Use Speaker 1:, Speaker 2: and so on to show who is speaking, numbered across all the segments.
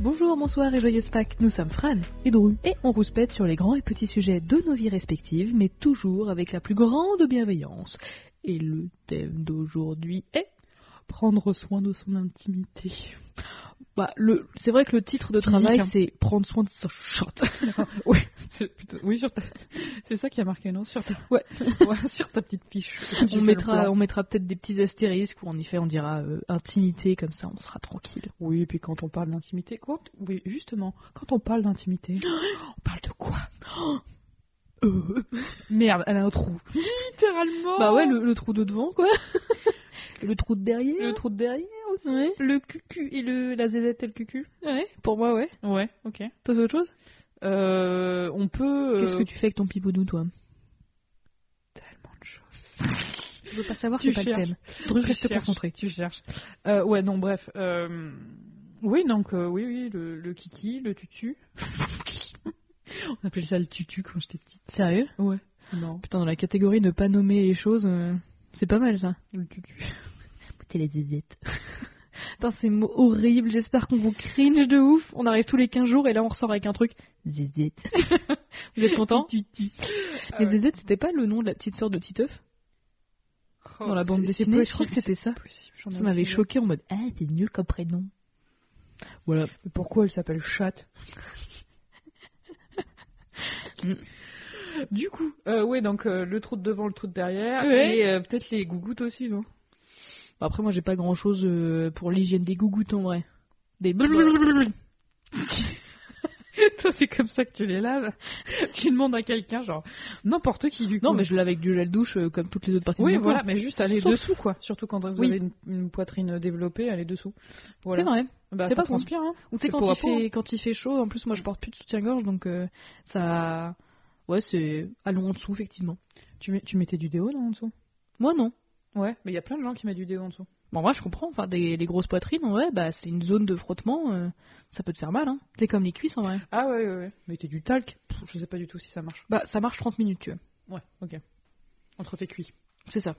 Speaker 1: Bonjour, bonsoir et joyeuse Pâques, nous sommes Fran et Dru, et on rouspète sur les grands et petits sujets de nos vies respectives, mais toujours avec la plus grande bienveillance. Et le thème d'aujourd'hui est prendre soin de son intimité. Bah, le, c'est vrai que le titre de
Speaker 2: Physique,
Speaker 1: travail,
Speaker 2: hein.
Speaker 1: c'est prendre soin de son short.
Speaker 2: oui, c'est plutôt- oui, sur ta- c'est ça qui a marqué, non sur ta...
Speaker 1: Ouais.
Speaker 2: Ouais, sur ta petite fiche. Tu fais
Speaker 1: on,
Speaker 2: le
Speaker 1: mettra,
Speaker 2: plan.
Speaker 1: on mettra peut-être des petits astérisques où en effet on dira euh, intimité, comme ça on sera tranquille.
Speaker 2: Oui, et puis quand on parle d'intimité, quand... oui, justement, quand on parle d'intimité, on parle de quoi
Speaker 1: Euh,
Speaker 2: Merde, elle a un trou. Littéralement.
Speaker 1: Bah ouais, le, le trou de devant quoi. le trou de derrière.
Speaker 2: Le trou de derrière aussi.
Speaker 1: Ouais,
Speaker 2: Le cucu et le la zézette et le cucu.
Speaker 1: ouais, pour moi ouais.
Speaker 2: Ouais, ok.
Speaker 1: T'as autre chose
Speaker 2: Euh, on peut.
Speaker 1: Qu'est-ce que tu fais avec ton pipoudou toi
Speaker 2: Tellement de choses.
Speaker 1: Je veux pas savoir,
Speaker 2: Tu
Speaker 1: c'est pas le
Speaker 2: cherches.
Speaker 1: thème. Dru,
Speaker 2: Tu
Speaker 1: reste
Speaker 2: cherches,
Speaker 1: concentré.
Speaker 2: Tu cherches. Euh, ouais, non, bref. euh, Oui, donc, euh, oui, oui, le, le kiki, le tutu. On appelait ça le tutu quand j'étais petite.
Speaker 1: Sérieux
Speaker 2: Ouais, c'est marrant.
Speaker 1: Putain, dans la catégorie ne pas nommer les choses, euh, c'est pas mal ça.
Speaker 2: Le tutu.
Speaker 1: Écoutez les zizettes. Putain, ces mots horribles, j'espère qu'on vous cringe de ouf. On arrive tous les 15 jours et là on ressort avec un truc. Zizette. vous êtes contents
Speaker 2: Tutu. Ah
Speaker 1: Mais
Speaker 2: ouais.
Speaker 1: Zizette, c'était pas le nom de la petite sœur de Titeuf
Speaker 2: Oh,
Speaker 1: dans la bande
Speaker 2: c'est- c'est
Speaker 1: dessinée Je crois que
Speaker 2: possible,
Speaker 1: c'était ça.
Speaker 2: c'est possible, j'en ai
Speaker 1: Ça m'avait
Speaker 2: aucune idée.
Speaker 1: choqué en mode Ah, c'est nul comme prénom. Voilà.
Speaker 2: Mais pourquoi elle s'appelle chatte
Speaker 1: Mm.
Speaker 2: Du coup, euh, ouais, donc euh, le trou de devant, le trou de derrière,
Speaker 1: Ouais.
Speaker 2: et euh, peut-être les gougouttes aussi, non
Speaker 1: Bon, Bah, Après, moi j'ai pas grand chose pour l'hygiène des gougouttes en vrai. Des
Speaker 2: Toi, c'est comme ça que tu les laves. tu demandes à quelqu'un, genre n'importe qui du coup.
Speaker 1: Non, mais je l'avais avec du gel douche euh, comme toutes les autres parties
Speaker 2: oui,
Speaker 1: de mon
Speaker 2: voilà,
Speaker 1: corps.
Speaker 2: mais juste aller
Speaker 1: Sauf-
Speaker 2: dessous, quoi. Surtout quand vous
Speaker 1: Oui.
Speaker 2: avez une, une poitrine euh, développée, aller dessous. Voilà.
Speaker 1: C'est vrai.
Speaker 2: Bah,
Speaker 1: C'est pas
Speaker 2: ça
Speaker 1: con.
Speaker 2: transpire, hein.
Speaker 1: Ou tu sais,
Speaker 2: C'est
Speaker 1: quand,
Speaker 2: pour
Speaker 1: il
Speaker 2: la peau,
Speaker 1: fait- quand il fait chaud, en plus, moi je porte plus de soutien-gorge donc euh, ça. Ouais, c'est. Allons en dessous, effectivement.
Speaker 2: Tu, mets- tu mettais du déo, non, en dessous
Speaker 1: Moi non.
Speaker 2: Ouais, mais il y a plein de gens qui mettent du déo en dessous.
Speaker 1: Bon, moi je comprends. Enfin, des, les grosses poitrines, ouais, bah c'est une zone de frottement, euh, ça peut te faire mal, hein. C'est comme les cuisses en vrai.
Speaker 2: Ah ouais, ouais, ouais. Mettez du talc. Pff, je sais pas du tout si ça marche.
Speaker 1: Bah, ça marche 30 minutes, tu vois.
Speaker 2: Ouais, ok. Entre tes cuisses.
Speaker 1: C'est ça.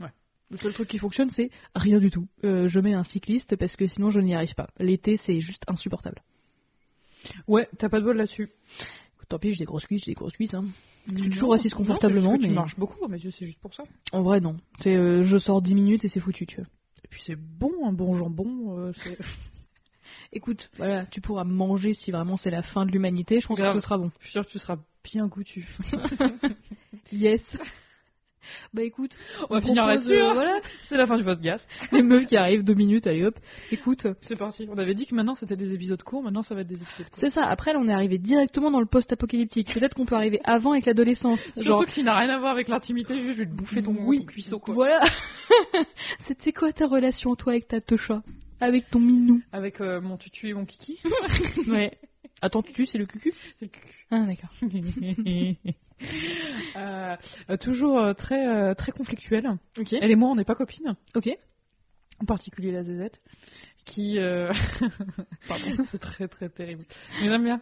Speaker 2: Ouais.
Speaker 1: Le seul truc qui fonctionne, c'est rien du tout. Euh, je mets un cycliste parce que sinon je n'y arrive pas. L'été, c'est juste insupportable.
Speaker 2: Ouais, t'as pas de bol là-dessus.
Speaker 1: Écoute, Tant pis, j'ai des grosses cuisses, j'ai des grosses cuisses. Hein.
Speaker 2: Je
Speaker 1: suis toujours assise confortablement,
Speaker 2: Tu
Speaker 1: mais-
Speaker 2: marches beaucoup, mais c'est juste pour ça.
Speaker 1: En vrai, non. C'est, euh, je sors 10 minutes et c'est foutu, tu vois.
Speaker 2: Et puis c'est bon, un bon jambon. euh, c'est-
Speaker 1: Écoute, voilà, tu pourras manger si vraiment c'est la fin de l'humanité. Je pense
Speaker 2: Grave.
Speaker 1: que ce sera bon.
Speaker 2: je suis sûre que tu seras bien goûtu.
Speaker 1: Yes. bah écoute,
Speaker 2: On va finir
Speaker 1: propose,
Speaker 2: là-dessus,
Speaker 1: euh,
Speaker 2: hein.
Speaker 1: voilà,
Speaker 2: C'est la fin du podcast.
Speaker 1: les meufs qui arrivent deux minutes, allez hop. Écoute,
Speaker 2: C'est parti. On avait dit que maintenant c'était des épisodes courts, maintenant ça va être des épisodes courts.
Speaker 1: c'est ça. Après, là, on est arrivé directement dans le post-apocalyptique. Peut-être qu'on peut arriver avant avec l'adolescence. Genre,
Speaker 2: Surtout qu'il n'a rien à voir avec l'intimité, juste je vais te bouffer ton,
Speaker 1: Oui.
Speaker 2: ton cuisseau quoi.
Speaker 1: Voilà. C'était quoi ta relation toi avec ta techa Avec ton minou
Speaker 2: Avec euh, mon tutu et mon kiki. ouais.
Speaker 1: Attends, tu c'est le cucu
Speaker 2: C'est le cul.
Speaker 1: Ah d'accord.
Speaker 2: Euh, euh, toujours euh, très euh, très conflictuel.
Speaker 1: Ok.
Speaker 2: Elle et moi on n'est pas copines,
Speaker 1: Ok.
Speaker 2: en particulier la ZZ qui euh,
Speaker 1: Pardon.
Speaker 2: c'est très très terrible. Mais j'aime bien.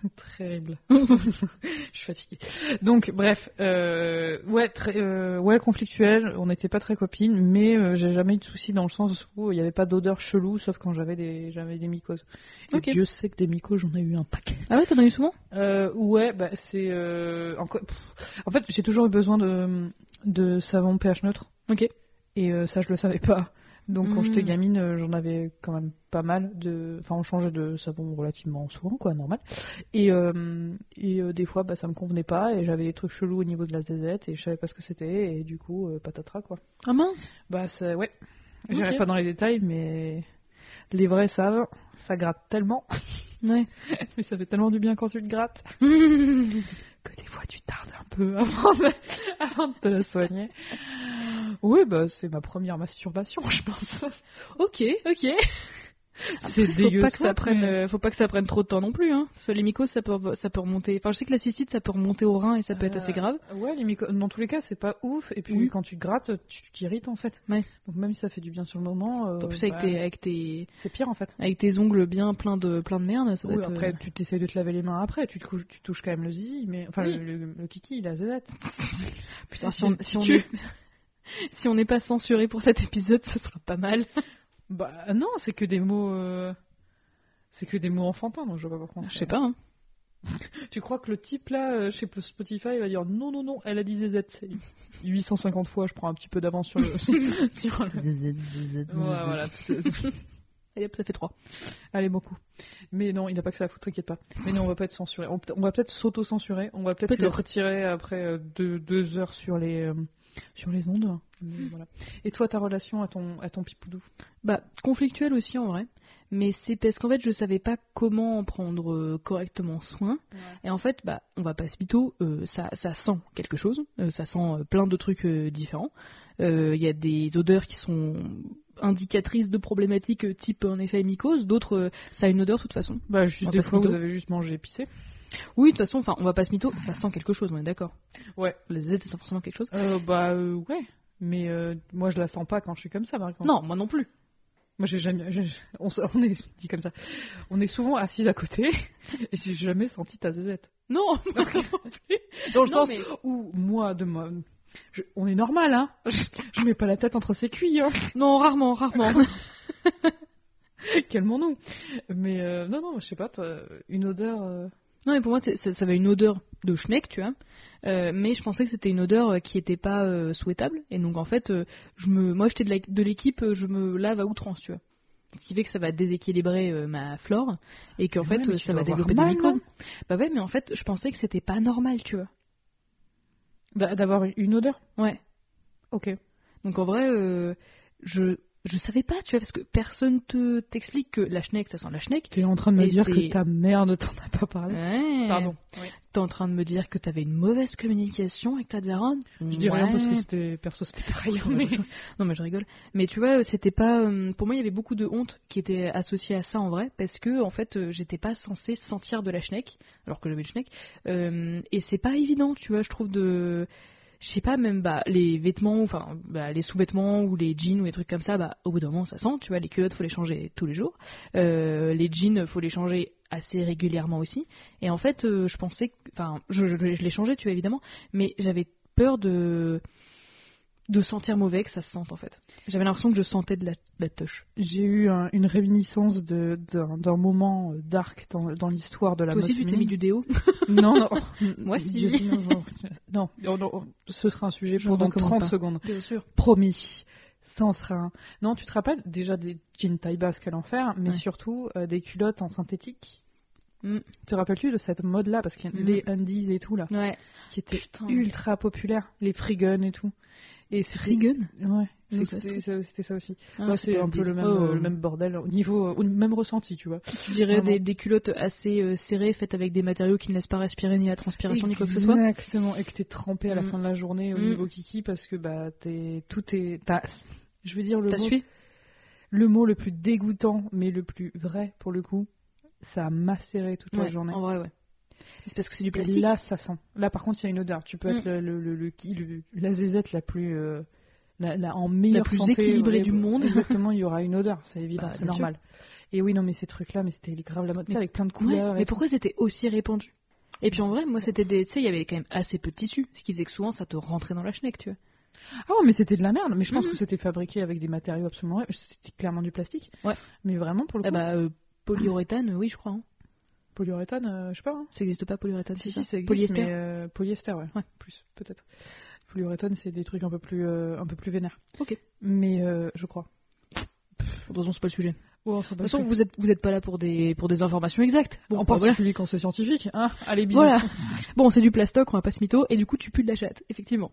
Speaker 2: C'est terrible. Je suis fatiguée. Donc, bref, euh, ouais, très, euh, ouais, conflictuel. On n'était pas très copines, mais euh, j'ai jamais eu de soucis dans le sens où il n'y avait pas d'odeur chelou, sauf quand j'avais des, j'avais des mycoses. Et
Speaker 1: Ok.
Speaker 2: Dieu sait que des mycoses, j'en ai eu un paquet.
Speaker 1: Ah ouais, t'en as eu souvent
Speaker 2: Euh, ouais, bah c'est. euh, encore- pff, en fait, j'ai toujours eu besoin de, de savon pH neutre.
Speaker 1: Ok.
Speaker 2: Et euh, ça, je le savais pas. Donc, quand
Speaker 1: Mm.
Speaker 2: j'étais gamine, euh, j'en avais quand même pas mal. De... Enfin, on changeait de savon relativement souvent, quoi, normal. Et, euh, et euh, des fois, bah, ça me convenait pas. Et j'avais des trucs chelous au niveau de la zézette. Et je savais pas ce que c'était. Et du coup, euh, patatras, quoi.
Speaker 1: Ah mince.
Speaker 2: Bah, ça, ouais. J'irai
Speaker 1: Ok.
Speaker 2: pas dans les détails, mais les vrais savent. Ça gratte tellement.
Speaker 1: Ouais.
Speaker 2: mais ça fait tellement du bien quand tu le grattes que des fois tu tardes un peu avant de, avant de te la soigner. Oui, bah c'est ma première masturbation, je pense.
Speaker 1: ok, ok.
Speaker 2: C'est
Speaker 1: Faut pas, que
Speaker 2: mais-
Speaker 1: ça prenne, euh, faut pas que ça prenne trop de temps non plus. Hein. Parce que Les mycoses, ça peut, ça peut remonter. Enfin, je sais que la cystite, ça peut remonter au rein et ça peut être
Speaker 2: Euh,
Speaker 1: assez grave.
Speaker 2: Ouais, les myco- dans tous les cas, c'est pas ouf. Et puis
Speaker 1: Oui.
Speaker 2: quand tu grattes, tu t'irrites en fait.
Speaker 1: Ouais.
Speaker 2: Donc même si ça fait du bien sur le moment, euh,
Speaker 1: En plus, avec,
Speaker 2: bah,
Speaker 1: tes, avec, tes,
Speaker 2: c'est pire en fait.
Speaker 1: avec tes ongles bien plein de, plein de merde, ça doit
Speaker 2: Oui,
Speaker 1: être,
Speaker 2: après,
Speaker 1: euh,
Speaker 2: tu t'essayes de te laver les mains après, tu, te couches- tu touches quand même le zizi, mais enfin
Speaker 1: Oui.
Speaker 2: le, le- le kiki, la zézette.
Speaker 1: Putain, si on, si on
Speaker 2: Tu-
Speaker 1: est- si on n'est pas censuré pour cet épisode, ce sera pas mal.
Speaker 2: Bah non, c'est que des mots. euh, C'est que des mots enfantins, donc je vois pas pourquoi. on
Speaker 1: Je
Speaker 2: fait.
Speaker 1: sais pas. Hein.
Speaker 2: Tu crois que le type là, euh, chez Spotify, il va dire non, non, non, elle a dit ZZ. 850 fois, je prends un petit peu d'avance sur le. sur le- Ouais, voilà.
Speaker 3: Allez hop, ça fait 3.
Speaker 2: Allez, beaucoup. Mais non, il n'a pas que ça à foutre, t'inquiète pas. Mais non, on va pas être censuré. On, peut- on va peut-être s'auto-censurer. On va peut-être le
Speaker 1: Peut-être.
Speaker 2: retirer après euh, deux, deux heures sur les, euh, sur les ondes. Mais voilà. Et toi, ta relation à ton, à ton pipoudou
Speaker 1: Bah, conflictuel aussi en vrai. Mais c'est parce qu'en fait, je savais pas comment en prendre euh, correctement soin.
Speaker 2: Ouais.
Speaker 1: Et en fait, bah, on va pas se mytho, euh, ça, ça sent quelque chose. euh, ça sent euh, plein de trucs euh, différents. Euh, Il y a des odeurs qui sont indicatrices de problématiques euh, type en effet mycose. D'autres, euh, ça a une odeur de toute façon.
Speaker 2: Bah,
Speaker 1: On
Speaker 2: juste
Speaker 1: va
Speaker 2: des
Speaker 1: pas se
Speaker 2: fois, vous
Speaker 1: mytho.
Speaker 2: avez juste mangé épicé.
Speaker 1: Oui, de toute façon, enfin, on va pas se mytho, ça sent quelque chose, on est d'accord.
Speaker 2: Ouais.
Speaker 1: Les aides, ça sent forcément quelque chose.
Speaker 2: Euh, bah, euh, ouais. Mais euh, moi, je la sens pas quand je suis comme ça, par exemple.
Speaker 1: Non, moi non plus.
Speaker 2: Moi, j'ai jamais. j'ai- on, s- on est dit comme ça. On est souvent assis à côté et j'ai jamais senti ta zézette.
Speaker 1: Non,
Speaker 2: Dans le
Speaker 1: Non,
Speaker 2: sens
Speaker 1: mais-
Speaker 2: où moi, de moi, je- on est normal, hein. Je, je mets pas la tête entre ses cuilles, hein.
Speaker 1: non, rarement, rarement.
Speaker 2: Calmons-nous. Mais euh, non, non, je sais pas, toi, une odeur. euh,
Speaker 1: Non, mais pour moi, c'est- ça, ça avait une odeur de schneck, tu vois. Euh, mais je pensais que c'était une odeur euh, qui n'était pas euh, souhaitable. Et donc, en fait, euh, je me, moi, j'étais de la- de l'équipe, euh, je me lave à outrance, tu vois. Ce qui fait que ça va déséquilibrer euh, ma flore et qu'en
Speaker 2: Mais
Speaker 1: fait,
Speaker 2: ouais, mais
Speaker 1: euh,
Speaker 2: tu
Speaker 1: ça
Speaker 2: dois
Speaker 1: va
Speaker 2: avoir
Speaker 1: développer des
Speaker 2: mal, hein.
Speaker 1: mycoses.
Speaker 2: non
Speaker 1: Bah ouais, mais en fait, je pensais que c'était pas normal, tu vois.
Speaker 2: d'a- D'avoir une odeur
Speaker 1: Ouais.
Speaker 2: Ok.
Speaker 1: Donc, en vrai, euh, je, je savais pas, tu vois, parce que personne te t'explique que la schneck, ça sent la schneck.
Speaker 2: Tu es en train de me
Speaker 1: Mais
Speaker 2: dire
Speaker 1: c'est-
Speaker 2: que ta mère ne t'en a pas parlé.
Speaker 1: Ouais.
Speaker 2: Ah Pardon.
Speaker 1: T'es en train de me dire que t'avais une mauvaise communication avec ta daronne
Speaker 2: Je dis rien parce que
Speaker 1: Ouais.
Speaker 2: c'était perso, c'était pareil.
Speaker 1: Oui,
Speaker 2: mais-
Speaker 1: oui. Non mais je rigole. Mais tu vois, c'était pas. euh, Pour moi, il y avait beaucoup de honte qui était associée à ça en vrai, parce que en fait, euh, j'étais pas censée sentir de la schneck, alors que j'avais le schneck. Euh, et c'est pas évident, tu vois. Je trouve de, je sais pas même bah les vêtements, enfin bah, les sous-vêtements ou les jeans ou les trucs comme ça, bah au bout d'un moment ça sent, tu vois. Les culottes, faut les changer tous les jours. Euh, les jeans, faut les changer assez régulièrement aussi. Et en fait, euh, je pensais, que- enfin, je, je, je les changeais, tu vois évidemment, mais j'avais peur de de sentir mauvais que ça se sente en fait. J'avais l'impression que je sentais de la, de la touche.
Speaker 2: J'ai eu un- une réminiscence de- d'un d'un moment euh, dark dans, dans l'histoire de la
Speaker 1: Toi aussi,
Speaker 2: mode
Speaker 1: tu t'es
Speaker 2: féminine.
Speaker 1: mis du déo.
Speaker 2: Non, non.
Speaker 1: Moi, si.
Speaker 2: Dieu, non, non. Non, non, non, ce sera un sujet
Speaker 1: Je
Speaker 2: pendant
Speaker 1: recommande
Speaker 2: 30
Speaker 1: pas.
Speaker 2: secondes.
Speaker 1: Bien sûr.
Speaker 2: Promis. Ça en sera un. Non, tu te rappelles déjà des jeans taille basse qu'à l'enfer, mais
Speaker 1: Ouais.
Speaker 2: surtout euh, des culottes en synthétique.
Speaker 1: Mm.
Speaker 2: Te rappelles-tu de cette mode-là Parce qu'il y a
Speaker 1: Mm.
Speaker 2: les undies et tout, là,
Speaker 1: Ouais.
Speaker 2: qui étaient
Speaker 1: Putain.
Speaker 2: ultra populaires. Les free guns et tout. Et c'était-
Speaker 1: Trigun
Speaker 2: Ouais,
Speaker 1: C'est
Speaker 2: donc
Speaker 1: quoi ce
Speaker 2: c'était ça, c'était ça aussi.
Speaker 1: Ah,
Speaker 2: Bah, c'est
Speaker 1: c'était
Speaker 2: un peu
Speaker 1: des-
Speaker 2: le même,
Speaker 1: oh.
Speaker 2: euh, le même bordel, au niveau, au même ressenti, tu vois.
Speaker 1: Tu dirais
Speaker 2: Vraiment.
Speaker 1: des, des culottes assez euh, serrées, faites avec des matériaux qui ne laissent pas respirer ni la transpiration ni quoi que ce soit.
Speaker 2: Exactement, et que t'es trempé à la
Speaker 1: Mm.
Speaker 2: fin de la journée au
Speaker 1: Mm.
Speaker 2: niveau kiki parce que bah t'es tout est t'as- je veux dire le
Speaker 1: T'as
Speaker 2: mot,
Speaker 1: suivi
Speaker 2: le mot le plus dégoûtant mais le plus vrai pour le coup, ça a macéré toute la
Speaker 1: Ouais,
Speaker 2: journée.
Speaker 1: En vrai, ouais. C'est parce que c'est du
Speaker 2: Et
Speaker 1: plastique.
Speaker 2: là ça sent. Là par contre il y a une odeur. Tu peux être
Speaker 1: Mm.
Speaker 2: le, le, le, le ki- le- la zézette la plus euh, la, la- en meilleure
Speaker 1: plus
Speaker 2: santé,
Speaker 1: équilibrée
Speaker 2: ouais,
Speaker 1: du
Speaker 2: bah,
Speaker 1: monde.
Speaker 2: Exactement, il y aura une odeur, c'est évident,
Speaker 1: Bah,
Speaker 2: c'est
Speaker 1: bien sûr.
Speaker 2: normal. Et oui non mais ces trucs là mais c'était grave la mode tu sais,
Speaker 1: Mais-
Speaker 2: avec plein de
Speaker 1: Ouais,
Speaker 2: couleurs. et
Speaker 1: mais
Speaker 2: tout.
Speaker 1: pourquoi c'était aussi répandu Et puis en vrai, moi, c'était des. Tu sais, il y avait quand même assez peu de tissu, ce qui faisait que souvent ça te rentrait dans la schneck, tu vois.
Speaker 2: Ah ouais, mais c'était de la merde. Mais je pense
Speaker 1: Mhm.
Speaker 2: que c'était fabriqué avec des matériaux absolument. horribles. C'était clairement du plastique.
Speaker 1: Ouais.
Speaker 2: Mais vraiment, pour le coup,
Speaker 1: Ah bah, euh, polyuréthane, euh, oui, je crois. hein.
Speaker 2: polyuréthane, euh, je sais pas. hein.
Speaker 1: Ça n'existe pas, polyuréthane,
Speaker 2: Si,
Speaker 1: c'est
Speaker 2: si, ça existe,
Speaker 1: Polyester.
Speaker 2: mais, euh, polyester, ouais.
Speaker 1: Ouais.
Speaker 2: Plus, peut-être. Polyuréthane, c'est des trucs un peu plus, euh, un peu plus vénères.
Speaker 1: Ok.
Speaker 2: Mais euh, je crois. euh,
Speaker 1: De toute façon, c'est pas le sujet.
Speaker 2: Oh, on s'en
Speaker 1: De toute façon, vous êtes, vous êtes pas là pour des, pour des informations exactes. Bon,
Speaker 2: en
Speaker 1: bah, voilà.
Speaker 2: particulier quand c'est scientifique. Hein Allez, bisous.
Speaker 1: Voilà. Bon, c'est du plastoc, on va pas se mytho, et du coup, tu pues de la chatte, effectivement.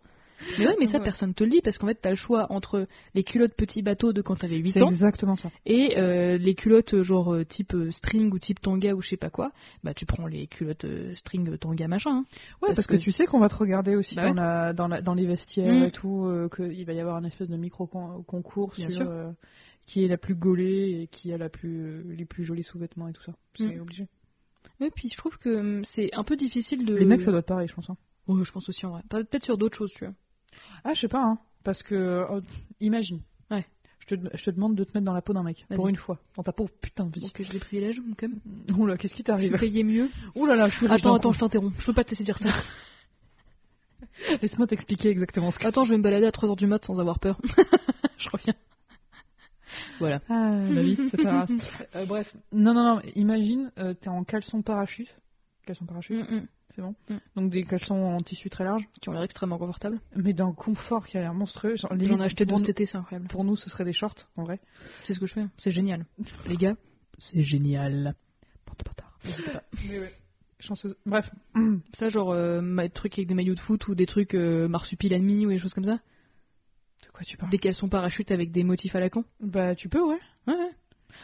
Speaker 1: Mais ouais, mais ça,
Speaker 2: Ouais.
Speaker 1: personne te le dit, parce qu'en fait, t'as le choix entre les culottes petit bateau de quand t'avais 8
Speaker 2: C'est
Speaker 1: ans,
Speaker 2: exactement ça.
Speaker 1: et euh, les culottes euh, genre euh, type euh, string ou type tanga ou je sais pas quoi. Bah, tu prends les culottes euh, string, euh, tanga, machin. hein.
Speaker 2: Ouais, parce, que, tu sais qu'on va te regarder aussi
Speaker 1: Bah
Speaker 2: dans,
Speaker 1: ouais.
Speaker 2: la, dans, la- dans les vestiaires
Speaker 1: Mm.
Speaker 2: et tout, euh, qu'il va y avoir un espèce de micro-concours
Speaker 1: Bien
Speaker 2: sur
Speaker 1: sûr.
Speaker 2: euh, qui est la plus gaulée et qui a la plus, euh, les plus jolis sous-vêtements et tout ça. C'est
Speaker 1: Mm.
Speaker 2: obligé.
Speaker 1: Ouais, puis je trouve que hum, c'est un peu difficile de.
Speaker 2: Les mecs, ça doit être pareil, je pense. hein.
Speaker 1: Ouais, je pense aussi en vrai. Pe- Peut-être sur d'autres choses, tu vois.
Speaker 2: Ah, je sais pas, hein, parce que, euh, imagine.
Speaker 1: Ouais.
Speaker 2: Je te, je te demande de te mettre dans la peau d'un mec,
Speaker 1: Vas-y.
Speaker 2: pour une fois. Dans ta peau, putain de vie.
Speaker 1: Donc, j'ai des privilèges, quand même.
Speaker 2: Oula, qu'est-ce qui
Speaker 1: Je
Speaker 2: t'arrive
Speaker 1: suis payée mieux.
Speaker 2: Ouh là là, je suis riche
Speaker 1: Attends,
Speaker 2: d'un
Speaker 1: attends,
Speaker 2: coup.
Speaker 1: je t'interromps. Je peux pas te laisser dire ça.
Speaker 2: Laisse-moi t'expliquer exactement ce que
Speaker 1: Attends, je vais me balader à 3h du mat sans avoir peur. je reviens. Voilà.
Speaker 2: Ah, la vie, c'est pas grave. Euh, bref, non, non, non, imagine, euh, t'es en caleçon parachute. Caleçon parachute, c'est bon.
Speaker 1: Mm.
Speaker 2: Donc des caleçons en tissu très large,
Speaker 1: Qui ont l'air extrêmement confortables.
Speaker 2: mais d'un confort qui a l'air monstrueux. Genre,
Speaker 1: J'en
Speaker 2: limite,
Speaker 1: ai acheté deux
Speaker 2: pour,
Speaker 1: cet été, c'est incroyable.
Speaker 2: pour nous, ce serait des shorts, en vrai.
Speaker 1: C'est ce que je fais. hein. C'est génial. Les gars, c'est génial. Bande de bâtards.
Speaker 2: Mais ouais. Chanceuse. Bref,
Speaker 1: Ça, genre, euh, ma- trucs avec des maillots de foot ou des trucs euh, marsupilami ou des choses comme ça.
Speaker 2: de quoi tu parles
Speaker 1: Des caleçons parachutes avec des motifs à la con.
Speaker 2: Bah, tu peux, ouais.
Speaker 1: Ouais, ouais.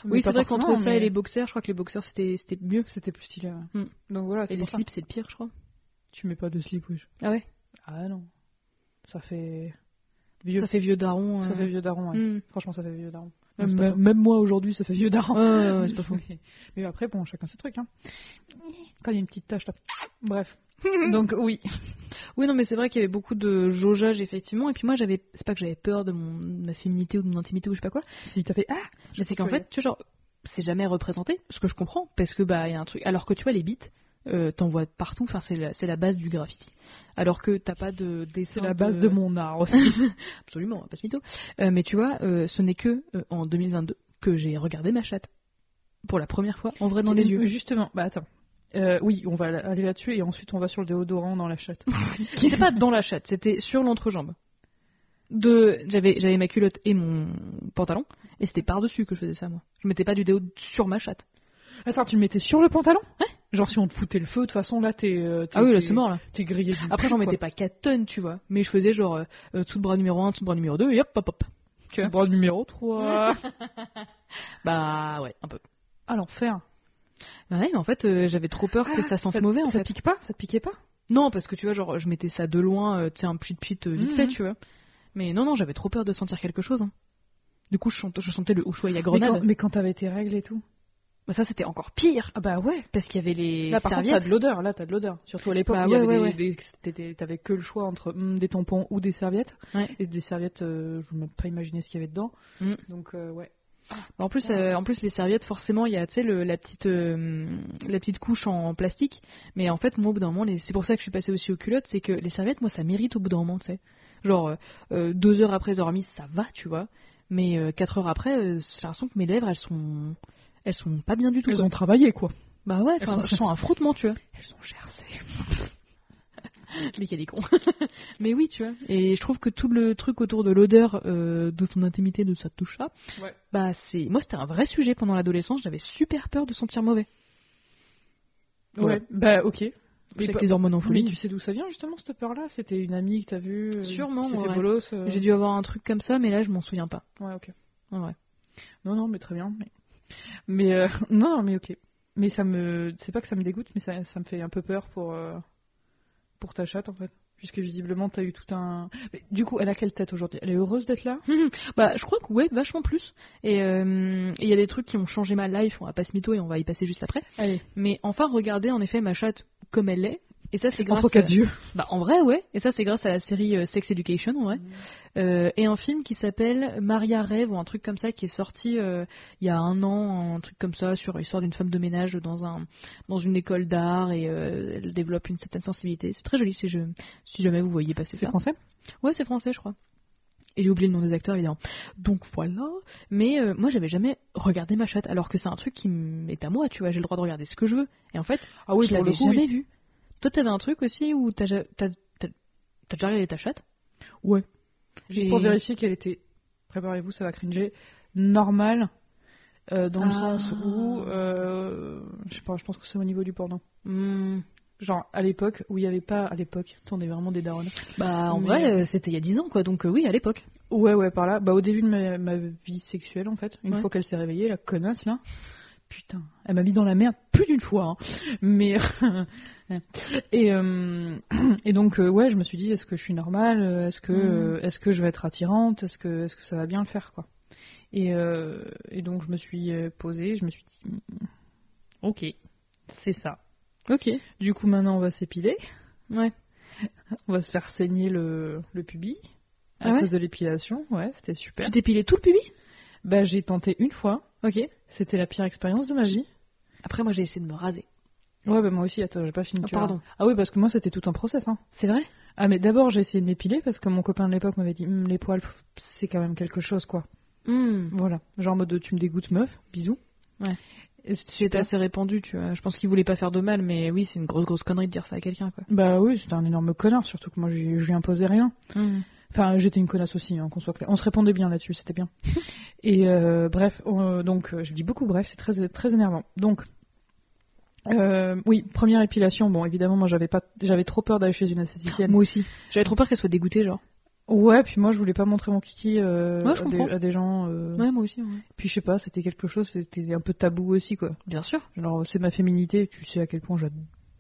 Speaker 2: Mais
Speaker 1: Oui,
Speaker 2: pas
Speaker 1: c'est vrai qu'entre
Speaker 2: forcément,
Speaker 1: ça
Speaker 2: mais
Speaker 1: et les boxers, je crois que les boxers c'était c'était mieux.
Speaker 2: C'était plus stylé. ouais.
Speaker 1: Mm.
Speaker 2: Donc voilà,
Speaker 1: Et
Speaker 2: c'est
Speaker 1: les
Speaker 2: pour ça.
Speaker 1: slips, c'est le pire, je crois.
Speaker 2: Tu mets pas de slip, wesh.
Speaker 1: Ah ouais
Speaker 2: Ah non. Ça fait. Vieux.
Speaker 1: Ça fait vieux daron.
Speaker 2: Ça
Speaker 1: euh.
Speaker 2: fait vieux daron, ouais.
Speaker 1: Hmm.
Speaker 2: Franchement, ça fait vieux daron.
Speaker 1: Non, c'est
Speaker 2: Même,
Speaker 1: pas faux.
Speaker 2: même moi aujourd'hui, ça fait vieux daron.
Speaker 1: bah, Ouais, ouais, ouais, c'est pas faux.
Speaker 2: Mais, mais après, bon, chacun ses trucs. Hein. Quand il y a une petite tache, là. Bref. Donc, oui.
Speaker 1: Oui, non, mais c'est vrai qu'il y avait beaucoup de jaugeage, effectivement. Et puis moi, j'avais, c'est pas que j'avais peur de, mon, de ma féminité ou de mon intimité ou je sais pas quoi.
Speaker 2: Si t'as fait. Ah
Speaker 1: Mais c'est qu'en fait, tu vois, genre, c'est jamais représenté, ce que je comprends, parce que bah, il y a un truc. Alors que tu vois, les bits, euh, t'en vois partout, enfin, c'est la, c'est la base du graffiti. Alors que t'as pas de dessin.
Speaker 2: C'est la base de mon art aussi.
Speaker 1: Absolument, pas ce mytho. Euh, mais tu vois, euh, ce n'est que euh, en 2022 que j'ai regardé ma chatte. Pour la première fois, en vrai, dans les yeux.
Speaker 2: Justement, bah attends. Euh, oui, on va aller là-dessus et ensuite on va sur le déodorant dans la chatte.
Speaker 1: C'était pas dans la chatte, c'était sur l'entrejambe. De, j'avais, j'avais ma culotte et mon pantalon, et c'était par-dessus que je faisais ça, moi. Je mettais pas du déo sur ma chatte.
Speaker 2: Attends, tu le mettais sur le pantalon Genre si on te foutait le feu, de toute façon là t'es. euh, t'es-
Speaker 1: Ah oui, là,
Speaker 2: t'es-
Speaker 1: c'est mort, là.
Speaker 2: T'es grillé du
Speaker 1: Après,
Speaker 2: cul,
Speaker 1: j'en
Speaker 2: quoi.
Speaker 1: mettais pas 4 tonnes, tu vois. Mais je faisais genre, euh, euh, tout le bras numéro 1, tout le bras numéro 2, et hop, hop, hop. Tu vois
Speaker 2: Bras numéro 3.
Speaker 1: Bah, ouais, un peu.
Speaker 2: ah l'enfer.
Speaker 1: Bah ouais, mais en fait, euh, j'avais trop peur que
Speaker 2: Ah,
Speaker 1: ça sente mauvais, en
Speaker 2: ça
Speaker 1: fait.
Speaker 2: pique pas Ça te piquait pas
Speaker 1: Non, parce que tu vois, genre, je mettais ça de loin, euh, tu sais, un petit pit vite fait,
Speaker 2: Mhm.
Speaker 1: tu vois. Mais non, non, j'avais trop peur de sentir quelque chose. hein. Du coup, je, chante- je sentais le Ushuaïa
Speaker 2: mais
Speaker 1: grenade.
Speaker 2: quand, mais quand t'avais tes règles et tout.
Speaker 1: Bah, ça, c'était encore pire.
Speaker 2: Ah bah ouais.
Speaker 1: Parce qu'il y avait les
Speaker 2: Là par contre t'as
Speaker 1: serviettes.
Speaker 2: de l'odeur, là t'as de l'odeur. Surtout à l'époque
Speaker 1: Bah
Speaker 2: où il y
Speaker 1: ouais,
Speaker 2: avait
Speaker 1: ouais,
Speaker 2: des- des- t'étais- t'avais que le choix entre hum, des tampons ou des serviettes.
Speaker 1: Ouais.
Speaker 2: Et des serviettes, euh, je ne même pas imaginer ce qu'il y avait dedans.
Speaker 1: Hum.
Speaker 2: Donc euh, ouais.
Speaker 1: En plus, euh, en plus, les serviettes, forcément, il y a, tu sais, le- la petite, euh, la petite couche en plastique. Mais en fait, moi, au bout d'un moment, les- c'est pour ça que je suis passée aussi aux culottes, c'est que les serviettes, moi, ça mérite au bout d'un moment, tu sais. Genre, euh, euh, deux heures après les avoir mises, ça va, tu vois. Mais euh, quatre heures après, euh, j'ai l'impression que mes lèvres, elles sont, elles sont pas bien du tout.
Speaker 2: Elles
Speaker 1: quoi.
Speaker 2: ont travaillé quoi.
Speaker 1: Bah ouais,
Speaker 2: Elles
Speaker 1: enfin,
Speaker 2: sont-
Speaker 1: je sens un frottement, tu vois.
Speaker 2: Elles ont gercé.
Speaker 1: Mais quel est con. Mais oui, tu vois. Et je trouve que tout le truc autour de l'odeur, euh, de son intimité, de sa touche là,
Speaker 2: Ouais.
Speaker 1: bah c'est. Moi, c'était un vrai sujet pendant l'adolescence. J'avais super peur de sentir mauvais.
Speaker 2: Ouais. Bah ok.
Speaker 1: Mais
Speaker 2: Mais pas-
Speaker 1: les hormones en
Speaker 2: Mais
Speaker 1: folie.
Speaker 2: tu sais d'où ça vient justement cette peur-là C'était une amie que t'as vue euh,
Speaker 1: Sûrement,
Speaker 2: qui s'est fait
Speaker 1: ouais.
Speaker 2: bolos, euh,
Speaker 1: J'ai dû avoir un truc comme ça, mais là, je m'en souviens pas.
Speaker 2: Ouais, ok.
Speaker 1: En vrai.
Speaker 2: Non, non, mais très bien. Mais, mais, euh, non, non, mais ok. Mais ça me, c'est pas que ça me dégoûte, mais ça, ça me fait un peu peur pour euh, pour ta chatte en fait, puisque visiblement t'as eu tout un. Mais du coup, elle a quelle tête aujourd'hui Elle est heureuse d'être là
Speaker 1: Bah, je crois que ouais, vachement plus. Et euh, et il y a des trucs qui ont changé ma life. On va pas se mytho et on va y passer juste après.
Speaker 2: Allez.
Speaker 1: Mais enfin, regardez en effet ma chatte comme elle est. Et ça, c'est grâce.
Speaker 2: Entre quatre
Speaker 1: à-
Speaker 2: yeux.
Speaker 1: Bah, en vrai, ouais. Et ça, c'est grâce à la série euh, Sex Education, en vrai. Euh, et un film qui s'appelle Maria Rêve ou un truc comme ça qui est sorti euh, il y a un an, un truc comme ça sur l'histoire d'une femme de ménage dans un dans une école d'art et euh, elle développe une certaine sensibilité. C'est très joli si je si jamais vous voyez passer
Speaker 2: C'est
Speaker 1: ça.
Speaker 2: français
Speaker 1: Ouais, c'est français, je crois. Et j'ai oublié le nom des acteurs évidemment. Donc voilà. Mais euh, moi j'avais jamais regardé ma chatte alors que c'est un truc qui m- est à moi, tu vois. J'ai le droit de regarder ce que je veux. Et en fait,
Speaker 2: Ah
Speaker 1: je l'avais jamais vu. Toi t'avais un truc aussi où t'as ja- t'as t'as- t'as déjà regardé ta chatte
Speaker 2: Ouais. Juste pour
Speaker 1: Et-
Speaker 2: vérifier qu'elle était. Préparez-vous, ça va cringer. Normale. euh, dans le
Speaker 1: Ah.
Speaker 2: sens où, euh, je sais pas, je pense que c'est au niveau du porno.
Speaker 1: Hmm.
Speaker 2: Genre à l'époque où il n'y avait pas, à l'époque, on est vraiment des darons.
Speaker 1: Bah en
Speaker 2: Mais-
Speaker 1: vrai, euh, c'était il y a 10 ans quoi, donc euh, oui, à l'époque.
Speaker 2: Ouais, ouais, par là. Bah, au début de ma, ma vie sexuelle, en fait, une
Speaker 1: Ouais.
Speaker 2: fois qu'elle s'est réveillée, la connasse, là. Putain, elle m'a mis dans la merde plus d'une fois. hein. Mais. et, euh, et donc, euh, ouais, je me suis dit, est-ce que je suis normale Est-ce que, euh, est-ce que je vais être attirante Est-ce que, est-ce que ça va bien le faire, quoi et, euh, et donc, je me suis euh, posée, je me suis dit, mm, ok, c'est ça.
Speaker 1: Ok.
Speaker 2: Du coup, maintenant, on va s'épiler.
Speaker 1: Ouais.
Speaker 2: On va se faire saigner le, le pubis à
Speaker 1: Ah ouais
Speaker 2: cause de l'épilation. Ouais, c'était super.
Speaker 1: Tu t'es pilé tout le pubis
Speaker 2: Bah, j'ai tenté une fois.
Speaker 1: Ok.
Speaker 2: C'était la pire expérience de ma vie.
Speaker 1: Après, moi, j'ai essayé de me raser.
Speaker 2: Ouais, bah moi aussi, attends, j'ai pas fini.
Speaker 1: Ah,
Speaker 2: tu vois.
Speaker 1: pardon.
Speaker 2: Ah oui, parce que moi, c'était tout un process. Hein.
Speaker 1: C'est vrai
Speaker 2: Ah, mais d'abord, j'ai essayé de m'épiler parce que mon copain de l'époque m'avait dit Hum, les poils, pff, c'est quand même quelque chose, quoi.
Speaker 1: Hmm.
Speaker 2: Voilà. Genre en mode tu me dégoûtes meuf, bisous.
Speaker 1: Ouais.
Speaker 2: Et
Speaker 1: C'était
Speaker 2: C'était
Speaker 1: assez répandu, tu vois. Je pense qu'il voulait pas faire de mal, mais oui, c'est une grosse, grosse connerie de dire ça à quelqu'un, quoi.
Speaker 2: Bah oui, c'était un énorme connard, surtout que moi je lui je lui imposais rien.
Speaker 1: Hmm.
Speaker 2: Enfin, j'étais une connasse aussi, hein, qu'on soit clair. On se répondait bien là-dessus, c'était bien. Et euh, bref, on- donc euh, je dis beaucoup bref, c'est très très énervant. Donc euh, oui, première épilation. Bon, évidemment, moi j'avais pas, j'avais trop peur d'aller chez une esthéticienne.
Speaker 1: Moi aussi. J'avais trop peur qu'elle soit dégoûtée, genre.
Speaker 2: Ouais, puis moi je voulais pas montrer mon kiki euh,
Speaker 1: Ouais, je
Speaker 2: à,
Speaker 1: comprends.
Speaker 2: des, à des gens. euh,
Speaker 1: Ouais, moi aussi, ouais.
Speaker 2: Puis je sais pas, c'était quelque chose, c'était un peu tabou aussi quoi.
Speaker 1: Bien sûr.
Speaker 2: Genre c'est ma féminité, tu sais à quel point j'ad-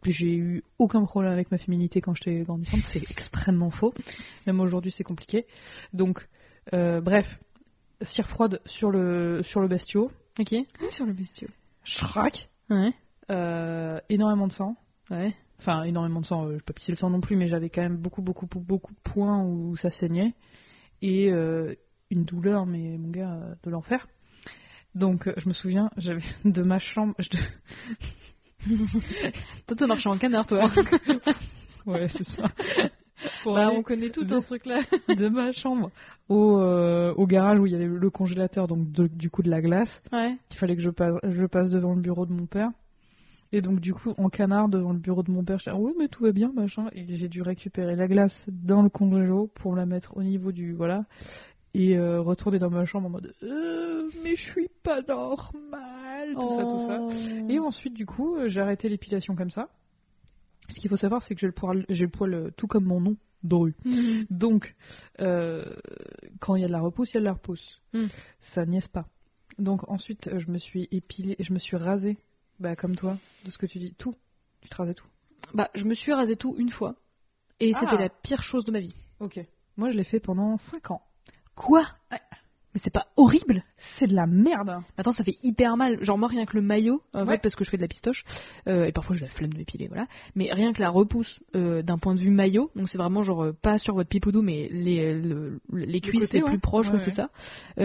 Speaker 2: j'ai eu aucun problème avec ma féminité quand j'étais grandissante, c'est extrêmement faux. Même aujourd'hui c'est compliqué. Donc euh, bref, cire froide sur le sur le bestiau,
Speaker 1: Ok. Sur le bestiau.
Speaker 2: Shrak,
Speaker 1: Ouais.
Speaker 2: euh, énormément de sang.
Speaker 1: Ouais.
Speaker 2: Enfin énormément de sang, euh, je peux pisser le sang non plus, mais j'avais quand même beaucoup beaucoup beaucoup, beaucoup de points où ça saignait et euh, une douleur, mais mon gars euh, de l'enfer. Donc euh, je me souviens, j'avais de ma chambre, je,
Speaker 1: Toi, t'as marché en canard, toi.
Speaker 2: Ouais, c'est ça. Pour
Speaker 1: bah,
Speaker 2: aller
Speaker 1: on connaît tout
Speaker 2: de-
Speaker 1: dans ce truc-là.
Speaker 2: de ma chambre au, euh, au garage où il y avait le congélateur, donc de- du coup de la glace,
Speaker 1: Ouais.
Speaker 2: il fallait que je passe, je passe devant le bureau de mon père. Et donc, du coup, en canard devant le bureau de mon père, je dis ah, Oui, mais tout va bien, machin. Et j'ai dû récupérer la glace dans le congélo pour la mettre au niveau du. Voilà. Et euh, retourner dans ma chambre en mode Euh, Mais je suis pas normale, tout ça, tout
Speaker 1: Oh.
Speaker 2: ça. Et ensuite, du coup, euh, j'ai arrêté l'épilation comme ça. Ce qu'il faut savoir, c'est que j'ai le poil, j'ai le poil euh, tout comme mon nom, Doru.
Speaker 1: Mhm.
Speaker 2: Donc, euh, quand il y a de la repousse, il y a de la repousse.
Speaker 1: Mm.
Speaker 2: Ça niaise pas. Donc ensuite, euh, je me suis épilée, je me suis rasée, bah, comme toi, de ce que tu dis, tout. Tu te rasais tout.
Speaker 1: Bah, je me suis rasé tout une fois. Et
Speaker 2: Ah.
Speaker 1: c'était la pire chose de ma vie.
Speaker 2: Ok. Moi, je l'ai fait pendant 5 ans.
Speaker 1: Quoi Mais c'est pas horrible
Speaker 2: C'est de la merde. hein.
Speaker 1: Attends, ça fait hyper mal. Genre, moi, rien que le maillot, en
Speaker 2: Ouais.
Speaker 1: fait, parce que je fais de la pistoche, euh, et parfois j'ai la flemme de m'épiler, voilà. Mais rien que la repousse euh, d'un point de vue maillot, donc c'est vraiment genre euh, pas sur votre pipoudou, mais les, euh, le- les cuisses
Speaker 2: côté,
Speaker 1: les
Speaker 2: ouais.
Speaker 1: plus proches,
Speaker 2: Ouais,
Speaker 1: ouais, c'est
Speaker 2: ouais.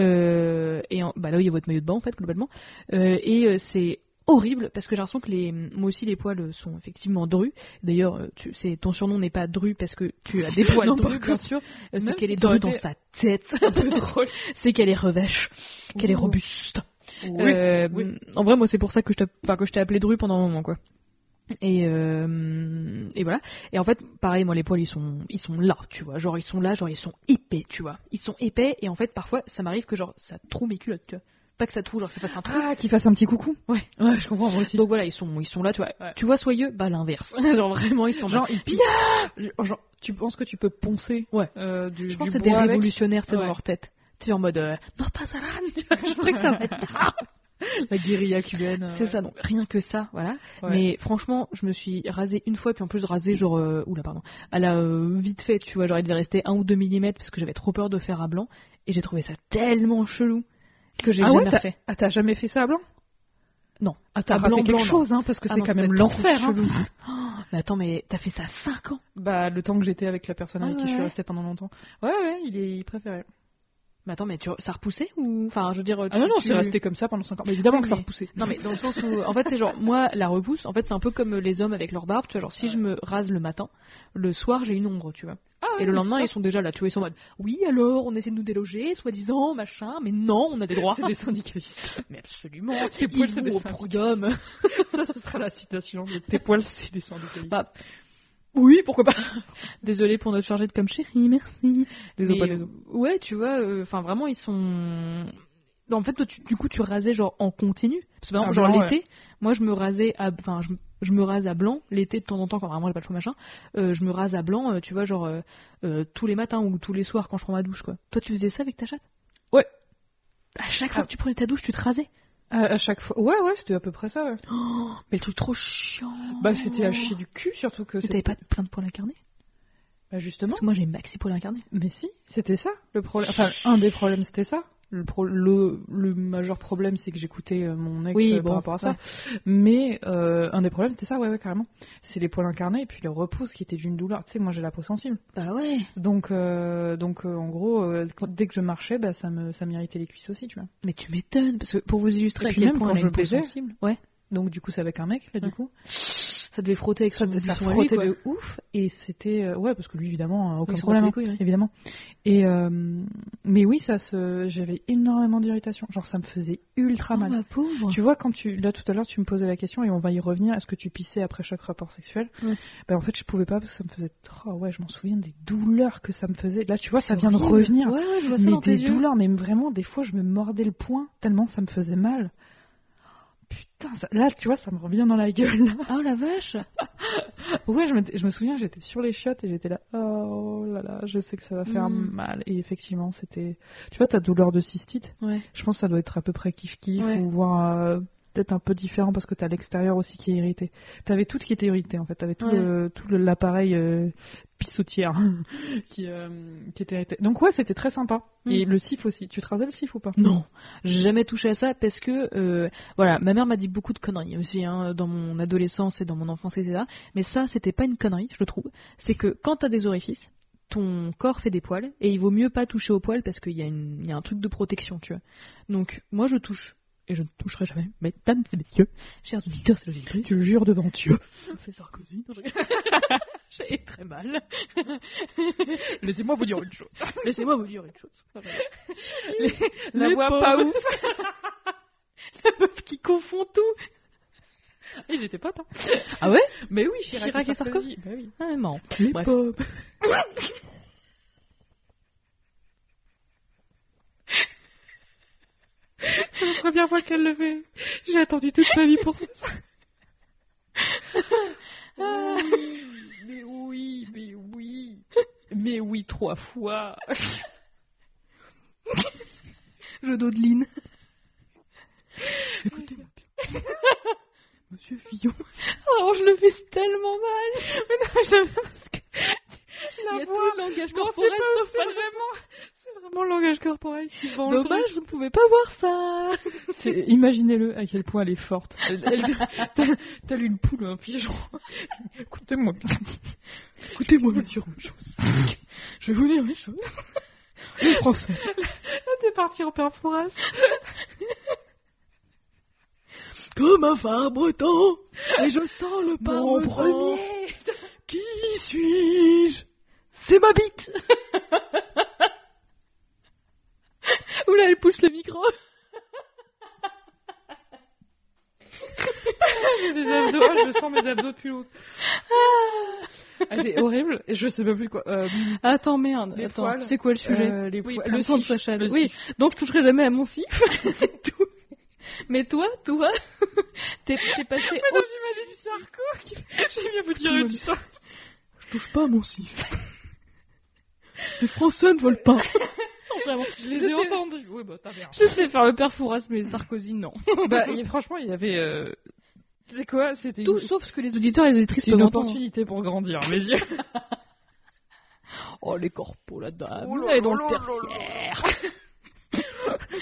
Speaker 1: ça. Euh, et en- bah, là, il y a votre maillot de bain, en fait, globalement. Euh, et euh, c'est horrible parce que j'ai l'impression que les moi aussi les poils euh, sont effectivement drus d'ailleurs euh, tu- c'est ton surnom n'est pas dru parce que tu as des poils
Speaker 2: Non, par
Speaker 1: drus bien
Speaker 2: contre,
Speaker 1: sûr euh, c'est
Speaker 2: même
Speaker 1: qu'elle
Speaker 2: si
Speaker 1: est
Speaker 2: ça aurait
Speaker 1: drue dans
Speaker 2: été
Speaker 1: sa tête c'est qu'elle est revêche qu'elle est
Speaker 2: Ouh.
Speaker 1: robuste
Speaker 2: Oui.
Speaker 1: euh,
Speaker 2: oui.
Speaker 1: En vrai, moi, c'est pour ça que je t'ai enfin, que je t'ai appelé Dru pendant un moment, quoi. Et, euh, et voilà. Et en fait, pareil, moi, les poils, ils sont, ils sont là, tu vois. Genre, ils sont là, genre, ils sont épais, tu vois. Ils sont épais, et en fait, parfois, ça m'arrive que, genre, ça troue mes culottes, tu vois. Pas que ça troue, genre, ça fasse un trou.
Speaker 2: Ah, qu'il fasse un petit coucou.
Speaker 1: Ouais.
Speaker 2: Ouais, je comprends, moi aussi.
Speaker 1: Donc voilà, ils sont, ils sont là, tu vois.
Speaker 2: Ouais.
Speaker 1: Tu vois, soyeux, bah, l'inverse. genre, vraiment, ils sont là.
Speaker 2: genre, il pique. Genre, tu penses que tu peux poncer
Speaker 1: Ouais.
Speaker 2: euh, du,
Speaker 1: Je pense
Speaker 2: du
Speaker 1: que c'est des
Speaker 2: bois avec
Speaker 1: révolutionnaires, c'est
Speaker 2: Ouais.
Speaker 1: dans leur tête. Tu es en mode, euh, non, pas Zaran, tu vois, je crois que ça va être grave.
Speaker 2: la guérilla cubaine. euh,
Speaker 1: C'est ça, donc rien que ça, voilà.
Speaker 2: Ouais.
Speaker 1: Mais franchement, je me suis rasée une fois, puis en plus rasée genre, euh, oula pardon, à la euh, vite fait, tu vois, genre il devait rester un ou deux millimètres parce que j'avais trop peur de faire à blanc, et j'ai trouvé ça tellement chelou que j'ai
Speaker 2: Ah ouais,
Speaker 1: jamais fait.
Speaker 2: Ah, t'as jamais fait ça à blanc
Speaker 1: Non.
Speaker 2: Ah, t'as
Speaker 1: À
Speaker 2: raté
Speaker 1: blanc,
Speaker 2: quelque
Speaker 1: blanc, non.
Speaker 2: chose, hein, parce que
Speaker 1: Ah
Speaker 2: c'est
Speaker 1: non,
Speaker 2: quand
Speaker 1: c'était
Speaker 2: même
Speaker 1: trop
Speaker 2: l'enfer. hein.
Speaker 1: chelou. Oh, mais attends, mais t'as fait ça 5 ans
Speaker 2: Bah, le temps que j'étais avec la personne avec
Speaker 1: Ah
Speaker 2: qui je suis
Speaker 1: ouais.
Speaker 2: restée pendant longtemps. Ouais, ouais, il, est, il préférait.
Speaker 1: Mais attends, mais tu, ça repoussait ou Enfin, je veux dire.
Speaker 2: Ah
Speaker 1: tu-
Speaker 2: non, non,
Speaker 1: tu-
Speaker 2: c'est resté comme ça pendant 5 ans. Ah Mais évidemment
Speaker 1: Oui,
Speaker 2: que ça
Speaker 1: mais-
Speaker 2: repoussait.
Speaker 1: Non mais dans le sens où en fait c'est genre moi la repousse en fait c'est un peu comme les hommes avec leur barbe tu vois genre si je me rase le matin le soir j'ai une ombre tu vois
Speaker 2: Ah
Speaker 1: Et le lendemain, ils sont déjà là, tu vois, ils sont en mode Oui, alors, on essaie de nous déloger, soi-disant, machin, mais non, on a des droits.
Speaker 2: C'est des syndicalistes.
Speaker 1: Mais absolument,
Speaker 2: Tes poils, c'est
Speaker 1: ils
Speaker 2: des
Speaker 1: vont au
Speaker 2: syndicats.
Speaker 1: programme.
Speaker 2: ça, ce sera la citation. de Tes poils, c'est des syndicalistes.
Speaker 1: Bah, Oui, pourquoi pas. Désolée pour notre chargée de comme chérie, merci. Mais,
Speaker 2: Désolé, pas désolé.
Speaker 1: euh, Ouais, tu vois, enfin, vraiment, ils sont. Non, En fait, toi, tu- du coup, tu rasais genre en continu. Parce que, par
Speaker 2: Ah,
Speaker 1: exemple, genre
Speaker 2: blanc,
Speaker 1: l'été, moi, je me rasais à. Enfin, je, je me rase à blanc. L'été, de temps en temps, quand vraiment j'ai pas le choix, machin, euh, je me rase à blanc, euh, tu vois, genre euh, euh, tous les matins ou tous les soirs quand je prends ma douche, quoi. Toi, tu faisais ça avec ta chatte
Speaker 2: Ouais. Ah.
Speaker 1: À chaque fois que tu prenais ta douche, tu te rasais.
Speaker 2: euh, À, à chaque fois. Ouais, ouais, c'était à peu près ça. ouais.
Speaker 1: Oh, mais le truc trop chiant.
Speaker 2: Bah, c'était à chier du cul, surtout que
Speaker 1: Mais
Speaker 2: c'était.
Speaker 1: t'avais pas plein de poils incarnés
Speaker 2: Bah, justement.
Speaker 1: Parce que moi, j'ai maxi poils incarnés.
Speaker 2: Mais si, c'était ça le problème. Enfin, un des problèmes, c'était ça. Le, pro- le, le majeur problème, c'est que j'écoutais euh, mon ex
Speaker 1: Oui,
Speaker 2: euh,
Speaker 1: bon,
Speaker 2: par rapport à ça.
Speaker 1: ouais.
Speaker 2: Mais euh, un des problèmes, c'était ça, ouais, ouais, carrément. C'est les poils incarnés et puis les repousses qui étaient d'une douleur. Tu sais, moi, j'ai la peau sensible.
Speaker 1: Bah ouais.
Speaker 2: Donc, euh, donc euh, en gros, euh, quand- dès que je marchais, bah, ça me ça m'irritait les cuisses aussi, tu vois.
Speaker 1: Mais tu m'étonnes, parce que pour vous illustrer
Speaker 2: Et
Speaker 1: à
Speaker 2: puis
Speaker 1: quel
Speaker 2: même
Speaker 1: point
Speaker 2: quand
Speaker 1: elle a
Speaker 2: je
Speaker 1: une peau
Speaker 2: baisais.
Speaker 1: sensible. Ouais.
Speaker 2: Donc du coup c'est avec un mec là du
Speaker 1: Ouais.
Speaker 2: coup.
Speaker 1: Ça devait frotter avec
Speaker 2: Ça,
Speaker 1: son,
Speaker 2: ça
Speaker 1: son à lui,
Speaker 2: frottait
Speaker 1: quoi.
Speaker 2: de ouf et c'était euh, ouais parce que lui évidemment euh, aucun
Speaker 1: Il se
Speaker 2: problème
Speaker 1: frottait les couilles, ouais.
Speaker 2: évidemment. Et euh, mais oui ça se j'avais énormément d'irritation genre ça me faisait ultra
Speaker 1: Oh,
Speaker 2: mal.
Speaker 1: ma pauvre.
Speaker 2: Tu vois, quand tu là tout à l'heure, tu me posais la question et on va y revenir. Est-ce que tu pissais après chaque rapport sexuel
Speaker 1: Ouais.
Speaker 2: Ben en fait, je pouvais pas parce que ça me faisait. Oh ouais, je m'en souviens des douleurs que ça me faisait. Là, tu vois, ça vient de
Speaker 1: Horrible.
Speaker 2: revenir.
Speaker 1: Oh, Ouais, ouais, je vois ça
Speaker 2: mais
Speaker 1: dans tes
Speaker 2: des
Speaker 1: yeux.
Speaker 2: douleurs, mais vraiment, des fois, je me mordais le poing tellement ça me faisait mal. Putain, ça- là, tu vois, ça me revient dans la gueule. là.
Speaker 1: Oh la vache.
Speaker 2: Ouais, je, m'étais- je me souviens, j'étais sur les chiottes et j'étais là, oh là là, je sais que ça va faire
Speaker 1: Mm.
Speaker 2: mal. Et effectivement, c'était. Tu vois, ta douleur de cystite,
Speaker 1: Ouais.
Speaker 2: je pense que ça doit être à peu près kiff-kiff
Speaker 1: Ouais.
Speaker 2: ou voir euh, peut-être un peu différent parce que t'as l'extérieur aussi qui est irrité. T'avais tout qui était irrité en fait. T'avais tout,
Speaker 1: Ouais.
Speaker 2: le- tout le- l'appareil euh, pissotière qui, euh, qui était irrité. Donc ouais, c'était très sympa.
Speaker 1: Mm.
Speaker 2: Et le sif aussi. Tu te rasais le sif ou pas
Speaker 1: Non, j'ai jamais touché à ça parce que, euh, voilà, ma mère m'a dit beaucoup de conneries aussi, hein, dans mon adolescence et dans mon enfance, etc. Mais ça, c'était pas une connerie, je le trouve. C'est que quand t'as des orifices, ton corps fait des poils et il vaut mieux pas toucher aux poils parce qu'il y, a une- il y a un truc de protection, tu vois. Donc, moi, je touche. Et je ne toucherai jamais, mesdames et messieurs, chers
Speaker 2: Ah,
Speaker 1: auditeurs, c'est logique.
Speaker 2: Tu le jures devant Dieu.
Speaker 1: C'est Sarkozy. Non, je- J'ai très mal.
Speaker 2: Laissez-moi vous dire une chose.
Speaker 1: Laissez-moi vous dire une chose.
Speaker 2: La
Speaker 1: Les
Speaker 2: voix
Speaker 1: pauvres.
Speaker 2: pas ouf.
Speaker 1: La meuf qui confond tout.
Speaker 2: Ils étaient potes. Hein.
Speaker 1: Ah ouais
Speaker 2: Mais oui,
Speaker 1: Chirac
Speaker 2: Chirac,
Speaker 1: et
Speaker 2: et
Speaker 1: Sarkozy.
Speaker 2: Sarkozy. Bah oui.
Speaker 1: Ah, marrant.
Speaker 2: Les
Speaker 1: Bref.
Speaker 2: pauvres. C'est la première fois qu'elle le fait. J'ai attendu toute ma vie pour ça. mais oui, mais oui. Mais oui, trois fois.
Speaker 1: Le dos de Lynn. Écoutez-moi bien. Monsieur Fillon. Oh, je le fais tellement mal. Il y a tout le langage corporel sauf pas le-
Speaker 2: vraiment, c'est vraiment le langage corporel qui vend le truc.
Speaker 1: Dommage, je ne pouvais pas voir ça.
Speaker 2: C'est- Imaginez-le à quel point elle est forte. Elle, elle- telle- telle une poule, un pigeon. Écoutez-moi bien.
Speaker 1: Écoutez-moi vous dire une chose. Je vais vous dire une chose. Les Français.
Speaker 2: T'es parti en perforas.
Speaker 1: Comme un phare breton. Et je sens le
Speaker 2: Mon
Speaker 1: parmesan.
Speaker 2: premier.
Speaker 1: Qui suis-je C'est ma bite Oula, elle pousse le micro
Speaker 2: J'ai des abdos. Ah, je sens mes abdos depuis l'autre.
Speaker 1: Ah.
Speaker 2: Elle est Ah, horrible. Je sais pas plus quoi. Euh,
Speaker 1: Attends, merde,
Speaker 2: Des
Speaker 1: attends,
Speaker 2: poils.
Speaker 1: c'est quoi le sujet
Speaker 2: euh, les
Speaker 1: Oui,
Speaker 2: poils-
Speaker 1: le sang de
Speaker 2: sif,
Speaker 1: Sacha,
Speaker 2: le
Speaker 1: oui.
Speaker 2: sif.
Speaker 1: Donc je toucherai jamais à mon sif. C'est tout. Mais toi, toi, t'es t'es passé
Speaker 2: Mais
Speaker 1: au...
Speaker 2: non, j'imagine Sarko qui. J'ai bien vous dire une chose.
Speaker 1: Je touche pas à mon sif. Les Français ne veulent pas.
Speaker 2: Je les
Speaker 1: Je
Speaker 2: ai
Speaker 1: sais-
Speaker 2: entendus. Oui, bah t'as bien.
Speaker 1: Je sais faire le père Fouras, mais Sarkozy, non.
Speaker 2: Bah, et franchement, il y avait. euh, C'est quoi C'était
Speaker 1: Tout
Speaker 2: une,
Speaker 1: sauf ce que les auditeurs et les auditrices
Speaker 2: une
Speaker 1: peuvent entendre.
Speaker 2: opportunité pour grandir, mes yeux.
Speaker 1: Oh, les corpos, la dame.
Speaker 2: Oh là
Speaker 1: Elle Ah, est dans
Speaker 2: là
Speaker 1: le
Speaker 2: là là
Speaker 1: tertiaire.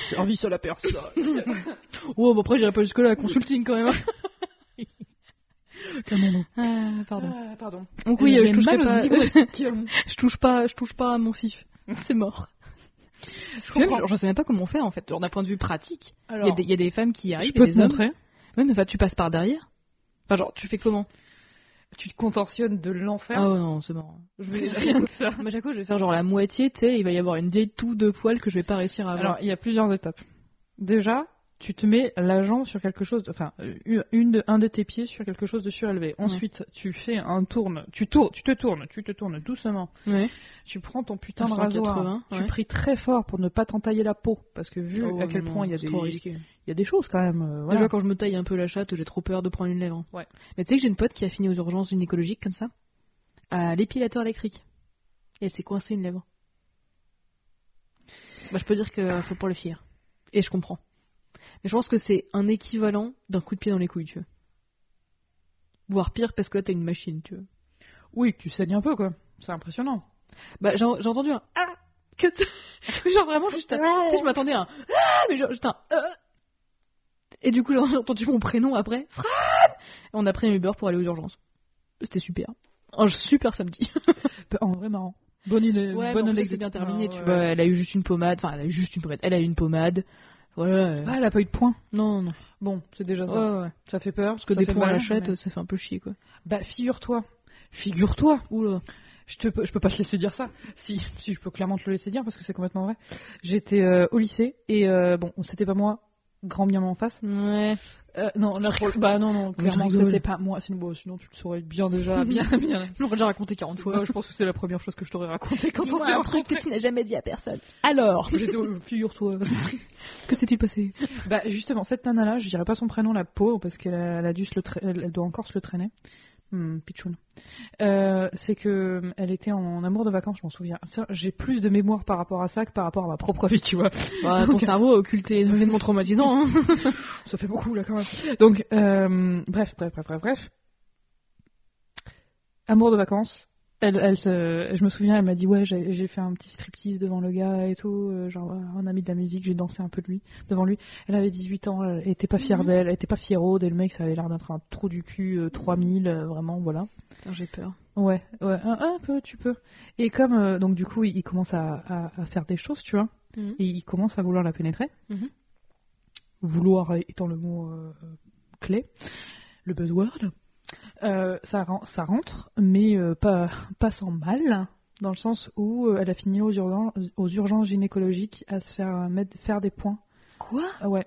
Speaker 2: Service à la personne.
Speaker 1: Oh, bah après, j'irai pas jusque-là, consulting quand même. hein. Ah, pardon.
Speaker 2: Ah, pardon.
Speaker 1: Donc oui,
Speaker 2: J'ai
Speaker 1: je toucherai
Speaker 2: mal aux
Speaker 1: pas.
Speaker 2: niveaux.
Speaker 1: je touche pas, je touche pas à mon sif. C'est mort.
Speaker 2: Je
Speaker 1: Même,
Speaker 2: comprends.
Speaker 1: genre, je sais même pas comment faire en fait. Genre d'un point de vue pratique, il y, a
Speaker 2: Alors,
Speaker 1: des- il y a des femmes qui y arrivent,
Speaker 2: je
Speaker 1: et
Speaker 2: peux te
Speaker 1: des hommes.
Speaker 2: montrer.
Speaker 1: Ouais, mais enfin, tu passes par derrière. Enfin, genre, tu fais comment
Speaker 2: Tu te contorsionnes de l'enfer.
Speaker 1: Ah ouais, non, c'est mort.
Speaker 2: je vais rien que ça.
Speaker 1: Moi, chaque fois, je vais faire genre la moitié, tu sais, il va y avoir une vieille toux de poils que je vais pas réussir à avoir.
Speaker 2: Alors, il y a plusieurs étapes. Déjà, tu te mets l'agent sur quelque chose, enfin, euh, une de, un de tes pieds sur quelque chose de surélevé. Ensuite, tu fais un tourne, tu tournes, tu te tournes, tu te tournes doucement.
Speaker 1: ouais.
Speaker 2: Tu prends ton putain de
Speaker 1: 180,
Speaker 2: rasoir.
Speaker 1: hein. ouais.
Speaker 2: Tu pries très fort pour ne pas t'entailler la peau, parce que vu
Speaker 1: Oh,
Speaker 2: à quel
Speaker 1: non,
Speaker 2: point il y a
Speaker 1: c'est
Speaker 2: des,
Speaker 1: trop risqué.
Speaker 2: il y a des choses quand même. euh, voilà.
Speaker 1: Déjà, quand je me taille un peu la chatte, j'ai trop peur de prendre une lèvre.
Speaker 2: Ouais.
Speaker 1: Mais tu sais que j'ai une pote qui a fini aux urgences gynécologiques comme ça, à l'épilateur électrique. Et elle s'est coincée une lèvre. Bah, je peux dire que faut pas le fier. Et je comprends. Mais je pense que c'est un équivalent d'un coup de pied dans les couilles, tu vois. Voire pire parce que t'as une machine, tu vois.
Speaker 2: Oui, tu saignes un peu quoi. C'est impressionnant.
Speaker 1: Bah, j'ai j'ai entendu un. Ah que t- Genre vraiment juste un. Tu sais, je m'attendais à un. Ah Mais genre, juste un. euh. Et du coup, j'ai entendu mon prénom après. Fran Et on a pris un Uber pour aller aux urgences. C'était super. Un super samedi.
Speaker 2: En vrai marrant. Bonne idée.
Speaker 1: Ouais,
Speaker 2: bonne
Speaker 1: mais en plus,
Speaker 2: anecdote.
Speaker 1: c'est bien terminé,
Speaker 2: Ah,
Speaker 1: tu
Speaker 2: ouais.
Speaker 1: vois. Elle a eu juste une pommade. Enfin, elle a eu juste une pommade. Elle a eu une pommade. Voilà. euh,
Speaker 2: Ah, elle a pas eu de points.
Speaker 1: Non, non.
Speaker 2: Bon, c'est déjà
Speaker 1: Ouais,
Speaker 2: ça.
Speaker 1: ouais, ouais.
Speaker 2: Ça fait peur.
Speaker 1: Parce que
Speaker 2: ça
Speaker 1: des
Speaker 2: fait
Speaker 1: points à
Speaker 2: mal,
Speaker 1: la chatte,
Speaker 2: mais-
Speaker 1: ça fait un peu chier, quoi.
Speaker 2: Bah, figure-toi. Figure-toi.
Speaker 1: Oula.
Speaker 2: Je, te, peux- je peux pas te laisser dire ça. Si, si, je peux clairement te le laisser dire parce que c'est complètement vrai. J'étais euh, au lycée et euh, bon, c'était pas moi, grand bien en face.
Speaker 1: Ouais.
Speaker 2: Euh, non, là, pour- bah non, non,
Speaker 1: Je
Speaker 2: clairement,
Speaker 1: rigole.
Speaker 2: c'était pas moi. Sinon, bon, sinon, tu le saurais bien déjà, bien, bien.
Speaker 1: On l'a déjà raconté 40
Speaker 2: Ouais, je pense que c'est la première chose que je t'aurais raconté quand on
Speaker 1: Dis-moi
Speaker 2: s'est
Speaker 1: un truc
Speaker 2: rencontrés.
Speaker 1: que tu n'as jamais dit à personne. Alors,
Speaker 2: J'étais au- Figure-toi.
Speaker 1: que s'est-il passé
Speaker 2: Bah justement, cette nana-là, je dirais pas son prénom, la pauvre, parce qu'elle a, elle a dû se le tra- elle, elle doit encore se le traîner. Hmm, pitchoun. Euh, c'est que hum, elle était en amour de vacances, je m'en souviens. Tiens, j'ai plus de mémoire par rapport à ça que par rapport à ma propre vie, tu vois.
Speaker 1: bah, Ton cerveau a occulté les événements traumatisants. Hein.
Speaker 2: Ça fait beaucoup là quand même. Donc euh, bref, bref, bref, bref, bref. Amour de vacances. Elle, elle se- je me souviens, elle m'a dit ouais, j'ai j'ai fait un petit striptease devant le gars et tout, euh, genre euh, on a mis de la musique, j'ai dansé un peu de lui, devant lui. Elle avait 18 ans, elle était pas fière
Speaker 1: Mhm.
Speaker 2: d'elle, elle était pas fière et le mec ça avait l'air d'être un trou du cul euh, 3000, euh, vraiment voilà.
Speaker 1: Putain, j'ai peur.
Speaker 2: Ouais, ouais, un, un peu, tu peux. Et comme, euh, donc du coup, il, il commence à, à- à faire des choses, tu vois,
Speaker 1: Mhm.
Speaker 2: et il commence à vouloir la pénétrer.
Speaker 1: Mhm.
Speaker 2: Vouloir étant le mot euh, clé, le buzzword. Euh, ça, ren- ça rentre, mais euh, pas, pas sans mal, dans le sens où euh, elle a fini aux, urgen- aux urgences gynécologiques à se faire, euh, mettre, faire des points.
Speaker 1: Quoi
Speaker 2: Ah ouais.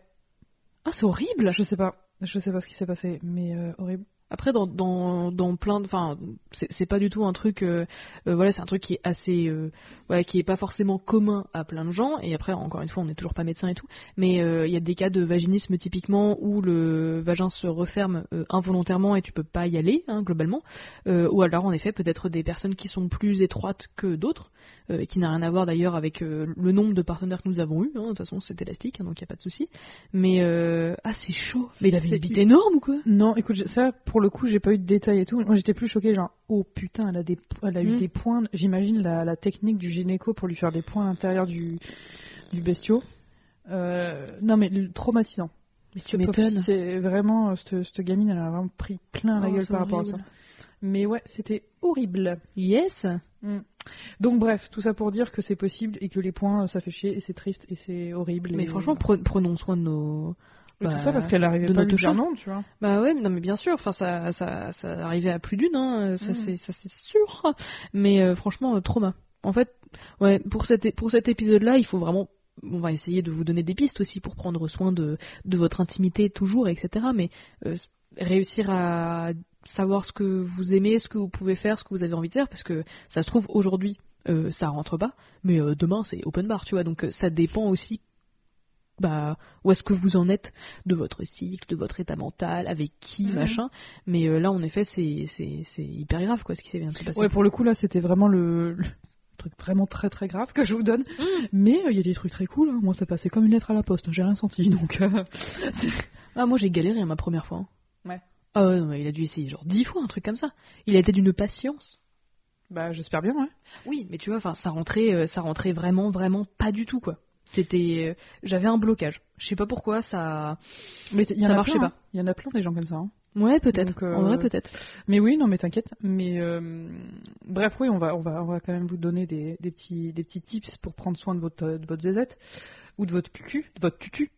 Speaker 2: Ah, c'est horrible Je sais pas, je sais pas ce qui s'est passé, mais euh, horrible.
Speaker 1: Après, dans, dans, dans plein de. Enfin, c'est c'est pas du tout un truc. euh, euh, voilà, c'est un truc qui est assez. euh, voilà, qui est pas forcément commun à plein de gens. Et après, encore une fois, on n'est toujours pas médecin et tout. Mais euh, il y a des cas de vaginisme typiquement où le vagin se referme euh, involontairement et tu peux pas y aller, hein, globalement. Euh, ou alors, en effet, peut-être des personnes qui sont plus étroites que d'autres. euh, et qui n'a rien à voir d'ailleurs avec euh, le nombre de partenaires que nous avons eu. hein. de toute façon, c'est élastique, hein, donc il n'y a pas de souci. Mais. euh, ah, c'est chaud Mais il avait une
Speaker 2: C'est-
Speaker 1: bite énorme ou quoi
Speaker 2: Non, écoute, j'ai- ça, pour le coup, j'ai pas eu de détails et tout. Moi, j'étais plus choquée, genre, oh putain, elle a, des, elle a eu
Speaker 1: Mm.
Speaker 2: des points. J'imagine la, la technique du gynéco pour lui faire des points à l'intérieur du, du bestiau. Euh, non, mais le- traumatisant.
Speaker 1: Mais
Speaker 2: Ce pauvre fils, C'est vraiment, euh, cette, cette gamine, elle a vraiment pris plein la
Speaker 1: Oh,
Speaker 2: gueule
Speaker 1: c'est
Speaker 2: par rapport à ça.
Speaker 1: horrible.
Speaker 2: Mais ouais, c'était horrible.
Speaker 1: Yes
Speaker 2: Donc, bref, tout ça pour dire que c'est possible et que les points, euh, ça fait chier et c'est triste et c'est horrible.
Speaker 1: Mais
Speaker 2: et-
Speaker 1: franchement, pre- prenons soin de nos.
Speaker 2: Et tout
Speaker 1: bah,
Speaker 2: ça parce qu'elle arrivait
Speaker 1: de
Speaker 2: pas à lui
Speaker 1: notre
Speaker 2: dire
Speaker 1: chat.
Speaker 2: non, tu vois.
Speaker 1: Bah ouais, non mais bien sûr, enfin ça, ça, ça arrivait à plus d'une, hein, euh, ça
Speaker 2: Mm.
Speaker 1: c'est, ça c'est sûr. Mais euh, franchement, euh, trauma. En fait, ouais, pour cet, é- pour cet épisode-là, il faut vraiment, on va essayer de vous donner des pistes aussi pour prendre soin de, de votre intimité toujours, etc. Mais euh, s- réussir à savoir ce que vous aimez, ce que vous pouvez faire, ce que vous avez envie de faire, parce que ça se trouve aujourd'hui, euh, ça rentre pas, mais euh, demain c'est open bar, tu vois. Donc euh, ça dépend aussi. Bah, où est-ce que vous en êtes de votre cycle, de votre état mental, avec qui,
Speaker 2: Mhm.
Speaker 1: machin. Mais euh, là, en effet, c'est c'est- c'est hyper grave, quoi, ce qui s'est bien passé.
Speaker 2: Ouais, pour le coup, là, c'était vraiment le, le truc vraiment très très grave que je vous donne. Mais euh, il y a des trucs très cool. hein. Moi, ça passait comme une lettre à la poste. hein. J'ai rien senti, donc. euh,
Speaker 1: Ah, moi, j'ai galéré à ma première fois. hein.
Speaker 2: Ouais.
Speaker 1: Ah ouais, non, mais il a dû essayer genre dix fois, un truc comme ça. Il a été d'une patience.
Speaker 2: Bah, j'espère bien, ouais.
Speaker 1: Oui, mais tu vois, enfin, ça rentrait, euh, ça rentrait vraiment, vraiment pas du tout, quoi. C'était, euh, j'avais un blocage. Je sais pas pourquoi ça.
Speaker 2: Mais il y en
Speaker 1: Ça
Speaker 2: a
Speaker 1: marchait
Speaker 2: plein,
Speaker 1: pas.
Speaker 2: hein. Il y en a plein des gens comme ça. hein.
Speaker 1: Ouais, peut-être.
Speaker 2: Donc, euh,
Speaker 1: En vrai, peut-être.
Speaker 2: Mais oui, non, mais t'inquiète. Mais euh, bref, oui, on va, on va, on va quand même vous donner des, des petits, des petits tips pour prendre soin de votre, de votre zézette ou de votre cucu, de votre cucu.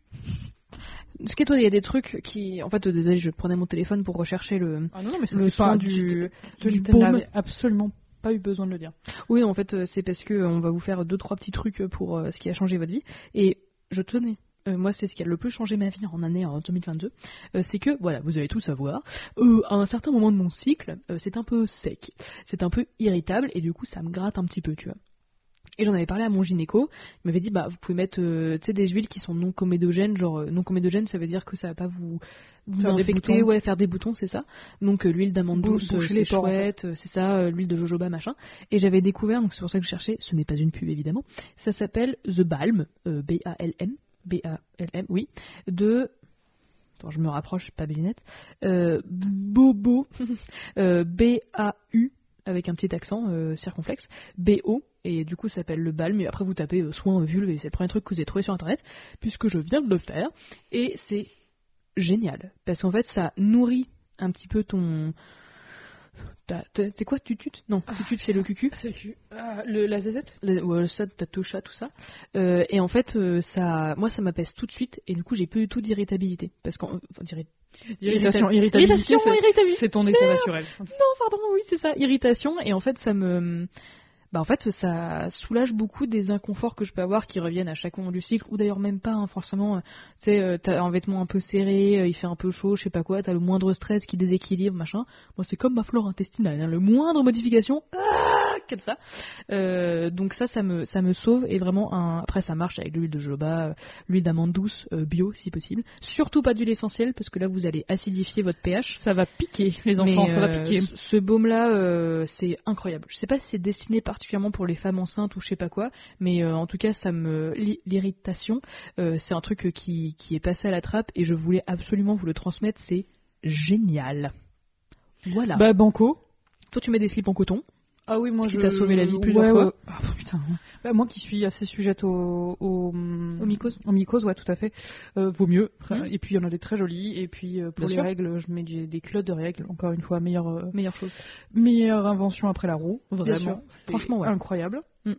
Speaker 1: Ce qui est toi, il y a des trucs qui, en fait, euh, désolé, je prenais mon téléphone pour rechercher le,
Speaker 2: Ah non, non, mais
Speaker 1: Le
Speaker 2: c'est
Speaker 1: soin
Speaker 2: pas
Speaker 1: du-
Speaker 2: du,
Speaker 1: du
Speaker 2: tu
Speaker 1: baume.
Speaker 2: n'avais absolument pas eu besoin de le dire.
Speaker 1: Oui, en fait, euh, c'est parce que euh, on va vous faire deux trois petits trucs euh, pour euh, ce qui a changé votre vie. Et je tenais, euh, moi, c'est ce qui a le plus changé ma vie en année en 2022, euh, c'est que voilà, vous allez tout savoir. euh, à un certain moment de mon cycle, euh, c'est un peu sec, c'est un peu irritable, et du coup, ça me gratte un petit peu, tu vois. Et j'en avais parlé à mon gynéco, il m'avait dit bah vous pouvez mettre euh, tu sais des huiles qui sont non comédogènes, genre euh, non comédogènes ça veut dire que ça va pas vous vous
Speaker 2: Faire des
Speaker 1: infecter,
Speaker 2: boutons.
Speaker 1: ouais faire des boutons c'est ça. Donc euh, l'huile d'amande
Speaker 2: Bou-
Speaker 1: douce euh,
Speaker 2: boucher
Speaker 1: c'est
Speaker 2: les pores, en fait.
Speaker 1: chouette, euh, c'est ça euh, l'huile de jojoba machin. Et j'avais découvert, donc c'est pour ça que je cherchais, ce n'est pas une pub évidemment, ça s'appelle The Balm, euh, B-A-L-M, B-A-L-M, oui, de. Attends, je me rapproche, pas mes lunettes. Euh, Bobo, euh, B-A-U, avec un petit accent euh, circonflexe, B-O, et du coup ça s'appelle le Balm, et après vous tapez euh, soin vulve, et c'est le premier truc que vous avez trouvé sur internet, puisque je viens de le faire, et c'est génial, parce qu'en fait ça nourrit un petit peu ton t'as- t'as- T'es quoi, tutut Non, tutut c'est le cucu.
Speaker 2: C'est le, ah, le- la ZZ
Speaker 1: Le- ouais, le SAD, t'as tout chat, tout ça. Euh, et en fait, euh, ça, moi, ça m'apaise tout de suite, et du coup, j'ai plus du tout d'irritabilité. Parce qu'en. Enfin, d'irri-
Speaker 2: Irritation, irritabilité,
Speaker 1: Irritation,
Speaker 2: c'est-
Speaker 1: irritabilité.
Speaker 2: c'est ton état naturel.
Speaker 1: Non, Oh, pardon, oui, c'est ça, irritation. Et en fait, ça me. Bah, en fait, ça soulage beaucoup des inconforts que je peux avoir qui reviennent à chaque moment du cycle, ou d'ailleurs même pas, hein, forcément. euh, Tu sais, euh, t'as un vêtement un peu serré, euh, il fait un peu chaud, je sais pas quoi, t'as le moindre stress qui déséquilibre, machin. Moi, c'est comme ma flore intestinale, hein, le moindre modification, ah, comme ça. Euh, donc ça, ça me, ça me sauve, et vraiment, un... après, ça marche avec l'huile de jojoba, euh, l'huile d'amande douce, euh, bio si possible. Surtout pas d'huile essentielle, parce que là, vous allez acidifier votre pH.
Speaker 2: Ça va piquer, les enfants,
Speaker 1: Mais,
Speaker 2: ça va
Speaker 1: euh,
Speaker 2: piquer.
Speaker 1: ce- Ce baume-là, euh, c'est incroyable. Je sais pas si c'est destiné particulièrement pour les femmes enceintes ou je sais pas quoi, mais euh, en tout cas, ça me l'i- l'irritation, euh, c'est un truc qui, qui est passé à la trappe et je voulais absolument vous le transmettre. C'est génial. Voilà.
Speaker 2: Bah, Banco.
Speaker 1: Toi, tu mets des slips en coton.
Speaker 2: Ah oui, moi
Speaker 1: Ce qui
Speaker 2: je.
Speaker 1: t'a sauvé la vie plusieurs
Speaker 2: Ouais,
Speaker 1: fois.
Speaker 2: ouais. Ah, putain. ouais. Bah, moi qui suis assez sujette au. Au, hum,
Speaker 1: Aux mycoses.
Speaker 2: Au mycoses, ouais, tout à fait. Euh, vaut mieux.
Speaker 1: Mhm.
Speaker 2: Et puis il y en a des très jolies. Et puis euh,
Speaker 1: Bien
Speaker 2: pour les
Speaker 1: sûr.
Speaker 2: règles, je mets des, des culottes de règles. Encore une fois, meilleure, euh,
Speaker 1: Meilleure chose.
Speaker 2: meilleure invention après la roue.
Speaker 1: sûr.
Speaker 2: Vraiment. C'est
Speaker 1: Franchement, ouais.
Speaker 2: Incroyable.
Speaker 1: Mhm.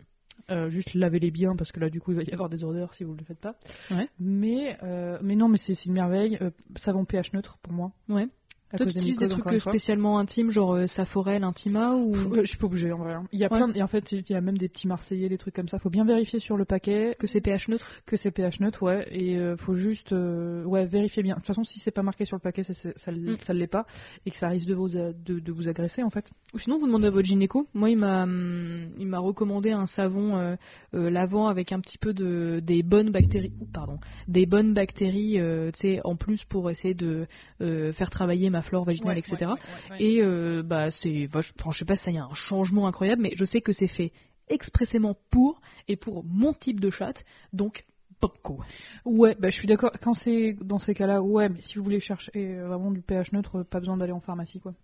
Speaker 2: Euh, juste lavez-les bien parce que là du coup il va y avoir des odeurs si vous ne le faites pas.
Speaker 1: Ouais.
Speaker 2: Mais, euh, mais non, mais c'est c'est une merveille. Euh, savon pH neutre pour moi.
Speaker 1: Ouais.
Speaker 2: À
Speaker 1: Toi,
Speaker 2: cause
Speaker 1: tu
Speaker 2: des
Speaker 1: utilises des
Speaker 2: mycoses, encore
Speaker 1: trucs euh,
Speaker 2: une fois.
Speaker 1: spécialement intimes, genre euh, Saforel, Intima ou.
Speaker 2: Pff, euh, Je suis pas obligée en vrai. hein. Il y a
Speaker 1: Ouais.
Speaker 2: plein de- et en fait il y a même des petits Marseillais, des trucs comme ça. Faut bien vérifier sur le paquet
Speaker 1: que c'est pH neutre.
Speaker 2: que c'est pH neutre, ouais. Et euh, faut juste euh, ouais vérifier bien. De toute façon, si c'est pas marqué sur le paquet, c'est- c'est- ça l-
Speaker 1: Mm.
Speaker 2: ça ne l'est pas et que ça risque de vous a- de, de vous agresser en fait.
Speaker 1: Ou sinon, vous demandez à votre gynéco. Moi, il m'a, hum, il m'a recommandé un savon euh, euh, lavant avec un petit peu de des bonnes bactéries. Ouh, Pardon, des bonnes bactéries, euh, tu sais, en plus pour essayer de euh, faire travailler ma flore vaginale, etc. Et euh, bah c'est, vache- enfin, je sais pas, ça y a un changement incroyable, mais je sais que c'est fait expressément pour et pour mon type de chatte, donc banco.
Speaker 2: Ouais, bah, je suis d'accord. Quand c'est dans ces cas-là, ouais, mais si vous voulez chercher euh, vraiment du pH neutre, pas besoin d'aller en pharmacie quoi.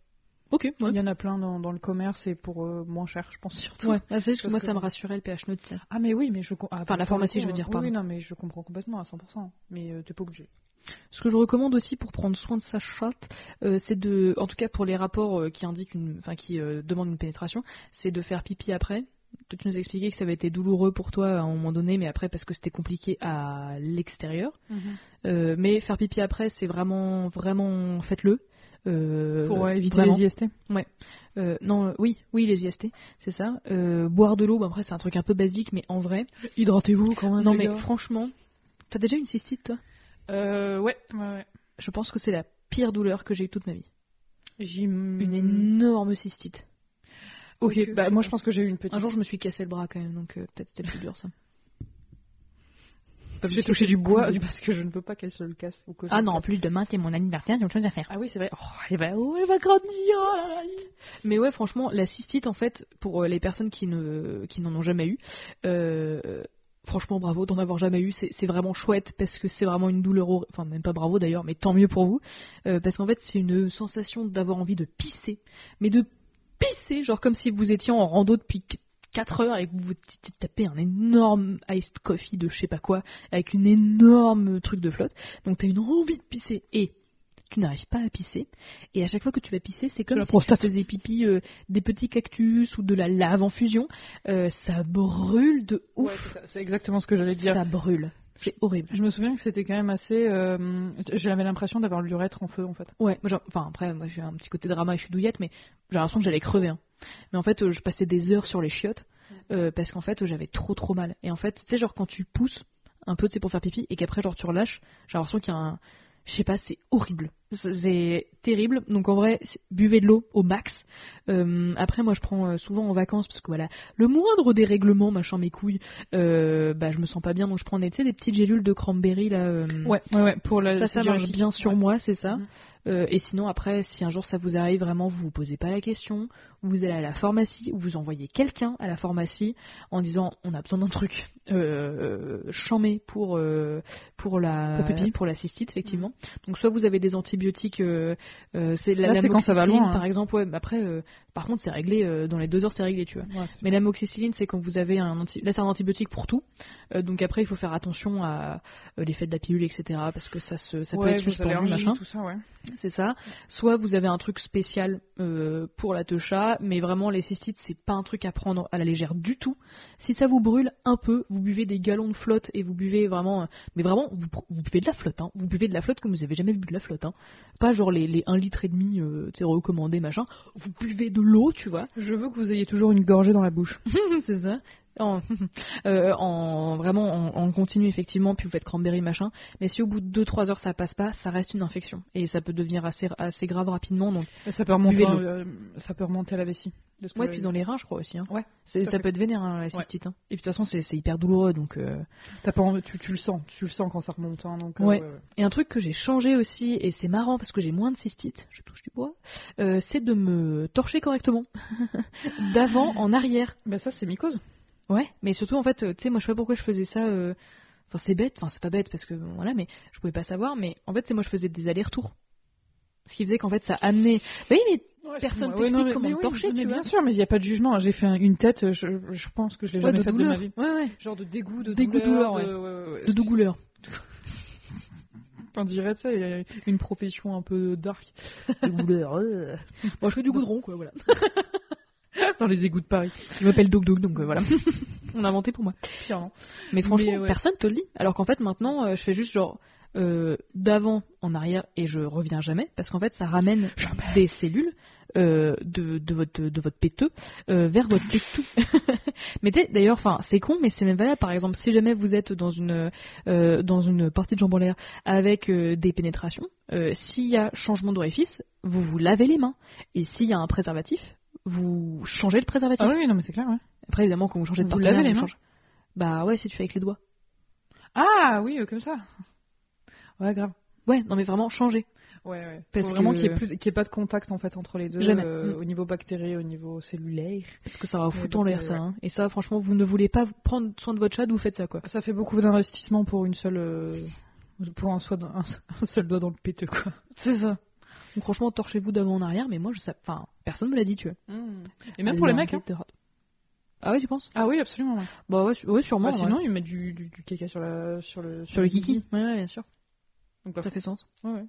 Speaker 1: Ok,
Speaker 2: Il
Speaker 1: ouais.
Speaker 2: y en a plein dans, dans le commerce et pour euh, moins cher, je pense surtout.
Speaker 1: Ouais, ah, c'est juste que
Speaker 2: Parce
Speaker 1: moi
Speaker 2: que-
Speaker 1: ça me rassurait le pH neutre. ça.
Speaker 2: Ah mais oui, mais je com- ah,
Speaker 1: Enfin, la
Speaker 2: pour le
Speaker 1: pharmacie, je veux
Speaker 2: euh,
Speaker 1: dire,
Speaker 2: oui,
Speaker 1: pardon.
Speaker 2: Oui, non, mais je comprends complètement à 100%. Mais euh, t'es pas obligé.
Speaker 1: Ce que je recommande aussi pour prendre soin de sa chatte, euh, c'est de, en tout cas pour les rapports euh, qui indiquent, une, enfin qui euh, demandent une pénétration, c'est de faire pipi après. Toi, Tu nous as expliqué que ça avait été douloureux pour toi à un moment donné, mais après parce que c'était compliqué à l'extérieur. Euh, mais faire pipi après, c'est vraiment, vraiment, faites-le. Euh,
Speaker 2: Pour euh, éviter
Speaker 1: vraiment.
Speaker 2: les IST.
Speaker 1: Euh, non, euh, oui, oui, les IST, c'est ça. Euh, boire de l'eau, bah, après c'est un truc un peu basique, mais en vrai,
Speaker 2: Hydratez-vous quand même.
Speaker 1: non mais franchement, t'as déjà une cystite toi
Speaker 2: Euh, ouais, ouais, ouais.
Speaker 1: Je pense que c'est la pire douleur que j'ai eue toute ma vie.
Speaker 2: J'ai
Speaker 1: Une énorme cystite.
Speaker 2: Ok,
Speaker 1: Hmm. Ok,
Speaker 2: bah
Speaker 1: ok.
Speaker 2: moi je pense que j'ai eu une petite.
Speaker 1: Un jour, je me suis cassé le bras quand même, donc euh, peut-être c'était le plus dur ça.
Speaker 2: j'ai touché du bois parce que je ne veux pas qu'elle se le casse. Ou que je
Speaker 1: Ah
Speaker 2: le
Speaker 1: non, en
Speaker 2: casse.
Speaker 1: plus demain c'est mon anniversaire, j'ai autre chose à faire. eh ben,
Speaker 2: Ah oui, c'est vrai. Oh, elle va, oh, elle va grandir. oh là là.
Speaker 1: Mais ouais, franchement, la cystite en fait, pour euh, les personnes qui ne qui n'en ont jamais eu, euh, franchement bravo d'en avoir jamais eu, c'est c'est vraiment chouette parce que c'est vraiment une douleur, hor- enfin même pas bravo d'ailleurs, mais tant mieux pour vous, Euh, parce qu'en fait c'est une sensation d'avoir envie de pisser, mais de pisser, genre comme si vous étiez en rando depuis 4 heures et que vous vous t- t- tapez un énorme iced coffee de je sais pas quoi avec une énorme truc de flotte. Donc t'as une envie de pisser et tu n'arrives pas à pisser. Et à chaque fois que tu vas pisser, c'est comme
Speaker 2: la
Speaker 1: si
Speaker 2: prostate.
Speaker 1: tu faisais pipi euh, des petits cactus ou de la lave en fusion. Euh, ça brûle de ouf.
Speaker 2: Ouais, c'est ça, c'est exactement ce que j'allais dire.
Speaker 1: ça brûle. C'est horrible.
Speaker 2: Je me souviens que c'était quand même assez. euh, J'avais l'impression d'avoir l'urètre en feu en fait.
Speaker 1: Ouais, moi, genre- enfin après, moi j'ai un petit côté drama et je suis douillette, mais j'ai l'impression que j'allais crever. hein. Mais en fait, euh, je passais des heures sur les chiottes euh, parce qu'en fait, euh, j'avais trop trop mal. Et en fait, tu sais, genre quand tu pousses un peu, tu sais, pour faire pipi et qu'après, genre tu relâches, j'ai l'impression qu'il y a un. Je sais pas, c'est horrible. C'est- C'est terrible. Donc en vrai, c'est- buvez de l'eau au max. Euh, après, moi je prends euh, souvent en vacances parce que voilà, le moindre dérèglement, machin, mes couilles, euh, bah je me sens pas bien donc je prends des, tu sais, des petites gélules de cranberry là. euh,
Speaker 2: Ouais, ouais, ouais. Pour la.
Speaker 1: ça, ça
Speaker 2: c'est
Speaker 1: marche
Speaker 2: diurétique.
Speaker 1: bien sur
Speaker 2: euh, Ouais.
Speaker 1: moi, c'est ça.
Speaker 2: Mhm.
Speaker 1: Euh, et sinon, après, si un jour ça vous arrive, vraiment, vous vous posez pas la question, vous allez à la pharmacie ou vous envoyez quelqu'un à la pharmacie en disant on a besoin d'un truc euh, chamé pour euh, pour la
Speaker 2: Pour pipi. Mm.
Speaker 1: pour la cystite effectivement. Donc soit vous avez des antibiotiques antibiotiques. euh, euh, c'est la,
Speaker 2: Là,
Speaker 1: la
Speaker 2: c'est quand ça va
Speaker 1: moxicilline,
Speaker 2: loin, hein.
Speaker 1: par exemple. Ouais, mais après, euh, par contre, c'est réglé euh, dans les deux heures, c'est réglé, tu vois. Mais la moxicilline, c'est quand vous avez un anti... là c'est un antibiotique pour tout, Euh, donc après il faut faire attention à euh, l'effet de la pilule, etc. Parce que ça se, ça peut être suspendu, machin.
Speaker 2: Tout ça, ouais.
Speaker 1: C'est ça. Soit vous avez un truc spécial euh, pour la teucha, mais vraiment les cystites c'est pas un truc à prendre à la légère du tout. Si ça vous brûle un peu, vous buvez des gallons de flotte et vous buvez vraiment, euh, mais vraiment vous, pr- vous buvez de la flotte, hein. Vous buvez de la flotte comme vous avez jamais bu de la flotte, hein. Pas genre les, les 1 litre et demi, euh, tu sais, recommandés, machin. Vous buvez de l'eau, tu vois.
Speaker 2: Je veux que vous ayez toujours une gorgée dans la bouche.
Speaker 1: c'est ça. En, euh, en- vraiment en, en continu effectivement puis vous faites cranberry machin mais si au bout de 2-3 heures ça passe pas ça reste une infection et ça peut devenir assez, assez grave rapidement donc
Speaker 2: Ça peut remonter,
Speaker 1: Buvez-le.
Speaker 2: euh, ça peut remonter à la vessie. de ce que
Speaker 1: ouais
Speaker 2: j'avais
Speaker 1: puis dans les reins je crois aussi hein.
Speaker 2: Ouais,
Speaker 1: C'est-
Speaker 2: tout à
Speaker 1: ça
Speaker 2: fait.
Speaker 1: peut être vénère hein, la cystite hein. et puis de toute façon c'est c'est hyper douloureux donc euh,
Speaker 2: vu. T'as pas envie- tu, tu le sens, tu le sens quand ça remonte. hein, donc, euh,
Speaker 1: Ouais. Et un truc que j'ai changé aussi, et c'est marrant parce que j'ai moins de cystite, je touche du bois, euh, c'est de me torcher correctement. D'avant en arrière.
Speaker 2: Bah ça, c'est mycose.
Speaker 1: Ouais. Mais surtout, en fait, euh, tu sais, moi je sais pas pourquoi je faisais ça. euh, Enfin, c'est bête, enfin, c'est pas bête parce que bon, voilà, mais je pouvais pas savoir. Mais en fait, c'est moi je faisais des allers-retours. Ce qui faisait qu'en fait ça amenait. Bah oui, mais Personne
Speaker 2: Ouais,
Speaker 1: t'explique
Speaker 2: non, mais-
Speaker 1: comment
Speaker 2: mais
Speaker 1: le
Speaker 2: oui,
Speaker 1: torcher,
Speaker 2: mais
Speaker 1: tu
Speaker 2: Bien
Speaker 1: vois.
Speaker 2: sûr, mais il n'y a pas de jugement. hein. J'ai fait un- une tête, je, je pense que je l'ai
Speaker 1: ouais,
Speaker 2: jamais
Speaker 1: de
Speaker 2: faite de
Speaker 1: douleur.
Speaker 2: ma vie.
Speaker 1: Ouais, ouais.
Speaker 2: Genre de dégoût, de
Speaker 1: Dégoût,
Speaker 2: douleur.
Speaker 1: douleur,
Speaker 2: de- ouais, ouais,
Speaker 1: De douleur.
Speaker 2: ouais. On dirait, tu sais, il y a une profession un peu dark.
Speaker 1: De douleur. euh. Moi je fais du goudron, quoi, voilà.
Speaker 2: Dans les égouts de Paris.
Speaker 1: Je m'appelle Doc Doc, donc euh, voilà. On a inventé pour moi.
Speaker 2: Pire, non
Speaker 1: Mais franchement,
Speaker 2: Mais ouais.
Speaker 1: personne te le dit. Alors qu'en fait, maintenant, euh, je fais juste genre euh, d'avant en arrière et je reviens jamais parce qu'en fait, ça ramène des cellules euh, de, de votre de votre péteux euh, vers votre pétou. mais t'sais, d'ailleurs, enfin, c'est con, mais c'est même valable. Par exemple, si jamais vous êtes dans une euh, dans une partie de jambes en l'air avec euh, des pénétrations, euh, s'il y a changement d'orifice, vous vous lavez les mains. Et s'il y a un préservatif, vous changez le préservatif.
Speaker 2: Ah oui, non, mais c'est clair, ouais.
Speaker 1: Après, évidemment, quand vous changez de
Speaker 2: Vous
Speaker 1: partenaire,
Speaker 2: lavez les
Speaker 1: vous
Speaker 2: mains
Speaker 1: changez- Bah ouais, si tu fais avec les doigts.
Speaker 2: Ah oui, euh, comme ça. Ouais, grave.
Speaker 1: Ouais, non mais vraiment changer.
Speaker 2: Ouais, ouais.
Speaker 1: Parce
Speaker 2: Faut vraiment
Speaker 1: que-
Speaker 2: qu'il n'y ait, plus- qu'il y ait pas de contact en fait entre les deux.
Speaker 1: Jamais.
Speaker 2: euh,
Speaker 1: Mm.
Speaker 2: Au niveau bactérien, au niveau cellulaire.
Speaker 1: Parce que ça va
Speaker 2: Ouais,
Speaker 1: foutre
Speaker 2: donc,
Speaker 1: en l'air
Speaker 2: euh,
Speaker 1: ça.
Speaker 2: ouais.
Speaker 1: hein. Et ça, franchement, vous ne voulez pas prendre soin de votre chat, vous faites ça quoi.
Speaker 2: Ça fait beaucoup d'investissement pour une seule. euh, Pour un, soi- un, un seul doigt dans le péteux, quoi.
Speaker 1: C'est ça. Donc franchement, torchez-vous d'avant en arrière, mais moi je sais. Enfin, personne me l'a dit, tu vois.
Speaker 2: Et même pour les mecs, hein.
Speaker 1: L'enquêteur. Ah ouais, tu penses
Speaker 2: Ah oui, absolument. ouais.
Speaker 1: Bah ouais, su- ouais, sûrement.
Speaker 2: Bah,
Speaker 1: ouais.
Speaker 2: sinon, ils mettent du, du, du caca sur, la, sur le
Speaker 1: sur le kiki. Ouais, ouais, bien sûr.
Speaker 2: Donc,
Speaker 1: Ça fait sens.
Speaker 2: ouais, ouais.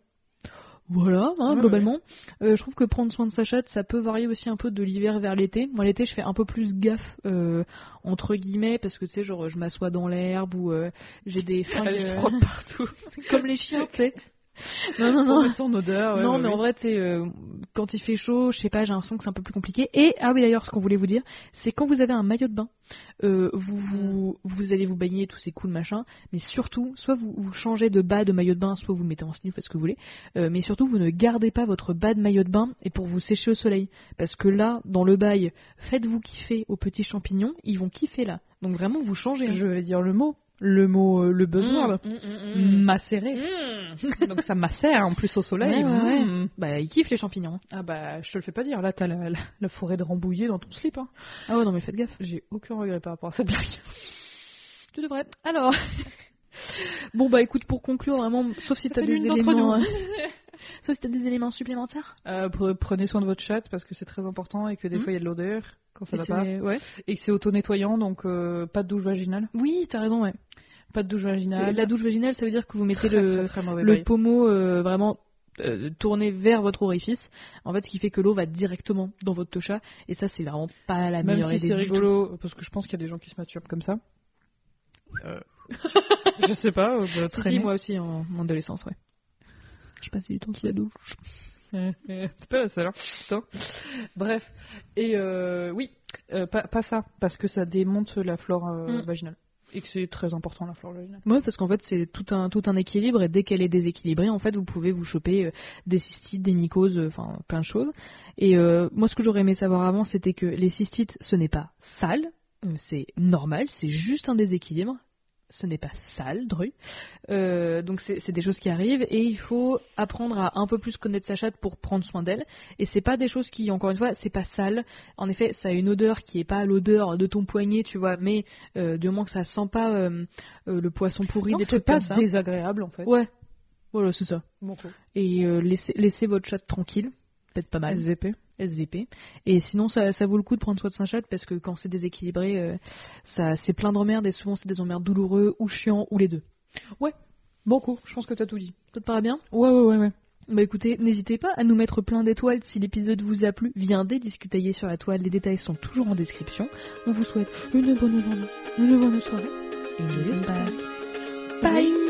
Speaker 1: Voilà, hein,
Speaker 2: Ouais,
Speaker 1: globalement. Euh, je trouve que prendre soin de sa chatte, ça peut varier aussi un peu de l'hiver vers l'été. Moi, l'été, je fais un peu plus gaffe, euh, entre guillemets, parce que tu sais, genre, je m'assois dans l'herbe ou euh, j'ai des fringues
Speaker 2: Elle se
Speaker 1: euh,
Speaker 2: frotte partout.
Speaker 1: comme les chiens, tu sais. Non, non,
Speaker 2: On
Speaker 1: non.
Speaker 2: met son odeur. Ah ouais,
Speaker 1: non,
Speaker 2: ouais,
Speaker 1: mais
Speaker 2: ouais.
Speaker 1: en vrai, tu sais, euh, quand il fait chaud, je sais pas, j'ai l'impression que c'est un peu plus compliqué. Et, ah oui, d'ailleurs, ce qu'on voulait vous dire, c'est quand vous avez un maillot de bain, euh, vous, vous,
Speaker 2: Mm.
Speaker 1: vous allez vous baigner, tout c'est cool, machin, mais surtout, soit vous, vous changez de bas de maillot de bain, soit vous le mettez en slip, faites ce que vous voulez, euh, mais surtout, vous ne gardez pas votre bas de maillot de bain et pour vous sécher au soleil. Parce que là, dans le bail, faites-vous kiffer aux petits champignons, ils vont kiffer là. Donc vraiment, vous changez. hein.
Speaker 2: Je vais dire le mot. Le mot, euh, le besoin. là.
Speaker 1: Mmh,
Speaker 2: mm,
Speaker 1: mmh, mmh, mmh.
Speaker 2: Macérer. Donc ça macère hein, en plus au
Speaker 1: Ouais,
Speaker 2: soleil.
Speaker 1: ouais, ouais.
Speaker 2: Mmh.
Speaker 1: Bah, ils kiffent les champignons.
Speaker 2: Ah bah, je te le fais pas dire. Là, t'as la, la, la forêt de Rambouillet dans ton slip. Hein.
Speaker 1: Ah ouais, non, mais faites gaffe.
Speaker 2: J'ai aucun regret par rapport à cette blague.
Speaker 1: Tu devrais. Alors. bon, bah écoute, pour conclure, vraiment, sauf si
Speaker 2: Ça
Speaker 1: t'as
Speaker 2: fait
Speaker 1: des
Speaker 2: l'une d'entre
Speaker 1: éléments.
Speaker 2: nous.
Speaker 1: euh, sauf si t'as des éléments supplémentaires.
Speaker 2: Euh, pre- prenez soin de votre chatte parce que c'est très important et que des
Speaker 1: Mhm.
Speaker 2: fois il y a de l'odeur quand ça
Speaker 1: Et
Speaker 2: va
Speaker 1: c'est-
Speaker 2: pas.
Speaker 1: ouais.
Speaker 2: Et que c'est auto-nettoyant, donc euh, pas de douche vaginale.
Speaker 1: Oui, t'as raison, ouais.
Speaker 2: Pas de douche
Speaker 1: Euh,
Speaker 2: vaginale.
Speaker 1: La douche vaginale, ça veut dire que vous mettez
Speaker 2: Très,
Speaker 1: le,
Speaker 2: très, très mauvais
Speaker 1: le
Speaker 2: bail.
Speaker 1: pommeau euh, vraiment euh, tourné vers votre orifice. En fait, ce qui fait que l'eau va directement dans votre tocha. Et ça, c'est vraiment pas la
Speaker 2: Même
Speaker 1: meilleure
Speaker 2: si
Speaker 1: idée.
Speaker 2: c'est
Speaker 1: du tout.
Speaker 2: rigolo, parce que je pense qu'il y a des gens qui se maturent comme ça. Euh, je sais pas, euh, bah,
Speaker 1: Si,
Speaker 2: traîner.
Speaker 1: si, moi aussi, en, en adolescence, ouais. Je passais du temps sous la douche.
Speaker 2: c'est pas la seule, hein, putain. Bref, et euh, oui, euh, pas, pas ça, parce que ça démonte la flore euh,
Speaker 1: Mm.
Speaker 2: vaginale. Et que c'est très important la flore vaginale.
Speaker 1: Ouais, parce qu'en fait, c'est tout un, tout un équilibre, et dès qu'elle est déséquilibrée, en fait, vous pouvez vous choper euh, des cystites, des mycoses, euh, enfin, plein de choses. Et euh, moi, ce que j'aurais aimé savoir avant, c'était que les cystites, ce n'est pas sale, euh, c'est normal, c'est juste un déséquilibre. Ce n'est pas sale, Dru. Euh, donc c'est c'est des choses qui arrivent et il faut apprendre à un peu plus connaître sa chatte pour prendre soin d'elle. Et c'est pas des choses qui, encore une fois, c'est pas sale. En effet, ça a une odeur qui est pas l'odeur de ton poignet, tu vois, mais euh, du moment que ça sent pas euh, euh, le poisson pourri,
Speaker 2: Non,
Speaker 1: des
Speaker 2: c'est
Speaker 1: trucs
Speaker 2: pas
Speaker 1: comme ça.
Speaker 2: désagréable en fait.
Speaker 1: Ouais. Voilà, c'est ça.
Speaker 2: Bon, cool.
Speaker 1: Et euh, laissez, laissez votre chat tranquille. Peut-être pas mal.
Speaker 2: SVP.
Speaker 1: SVP. Et sinon, ça, ça vaut le coup de prendre soin de sa chatte parce que quand c'est déséquilibré, euh, ça c'est plein d'emmerdes et souvent c'est des emmerdes douloureux ou chiants ou les deux.
Speaker 2: Bon coup, je pense que t'as tout dit.
Speaker 1: Ça te paraît bien
Speaker 2: Ouais, ouais, ouais, ouais.
Speaker 1: Bah écoutez, n'hésitez pas à nous mettre plein d'étoiles si l'épisode vous a plu. Viendez discutailler sur la toile, les détails sont toujours en description. On vous souhaite une bonne journée, une bonne soirée et de l'espace. Bye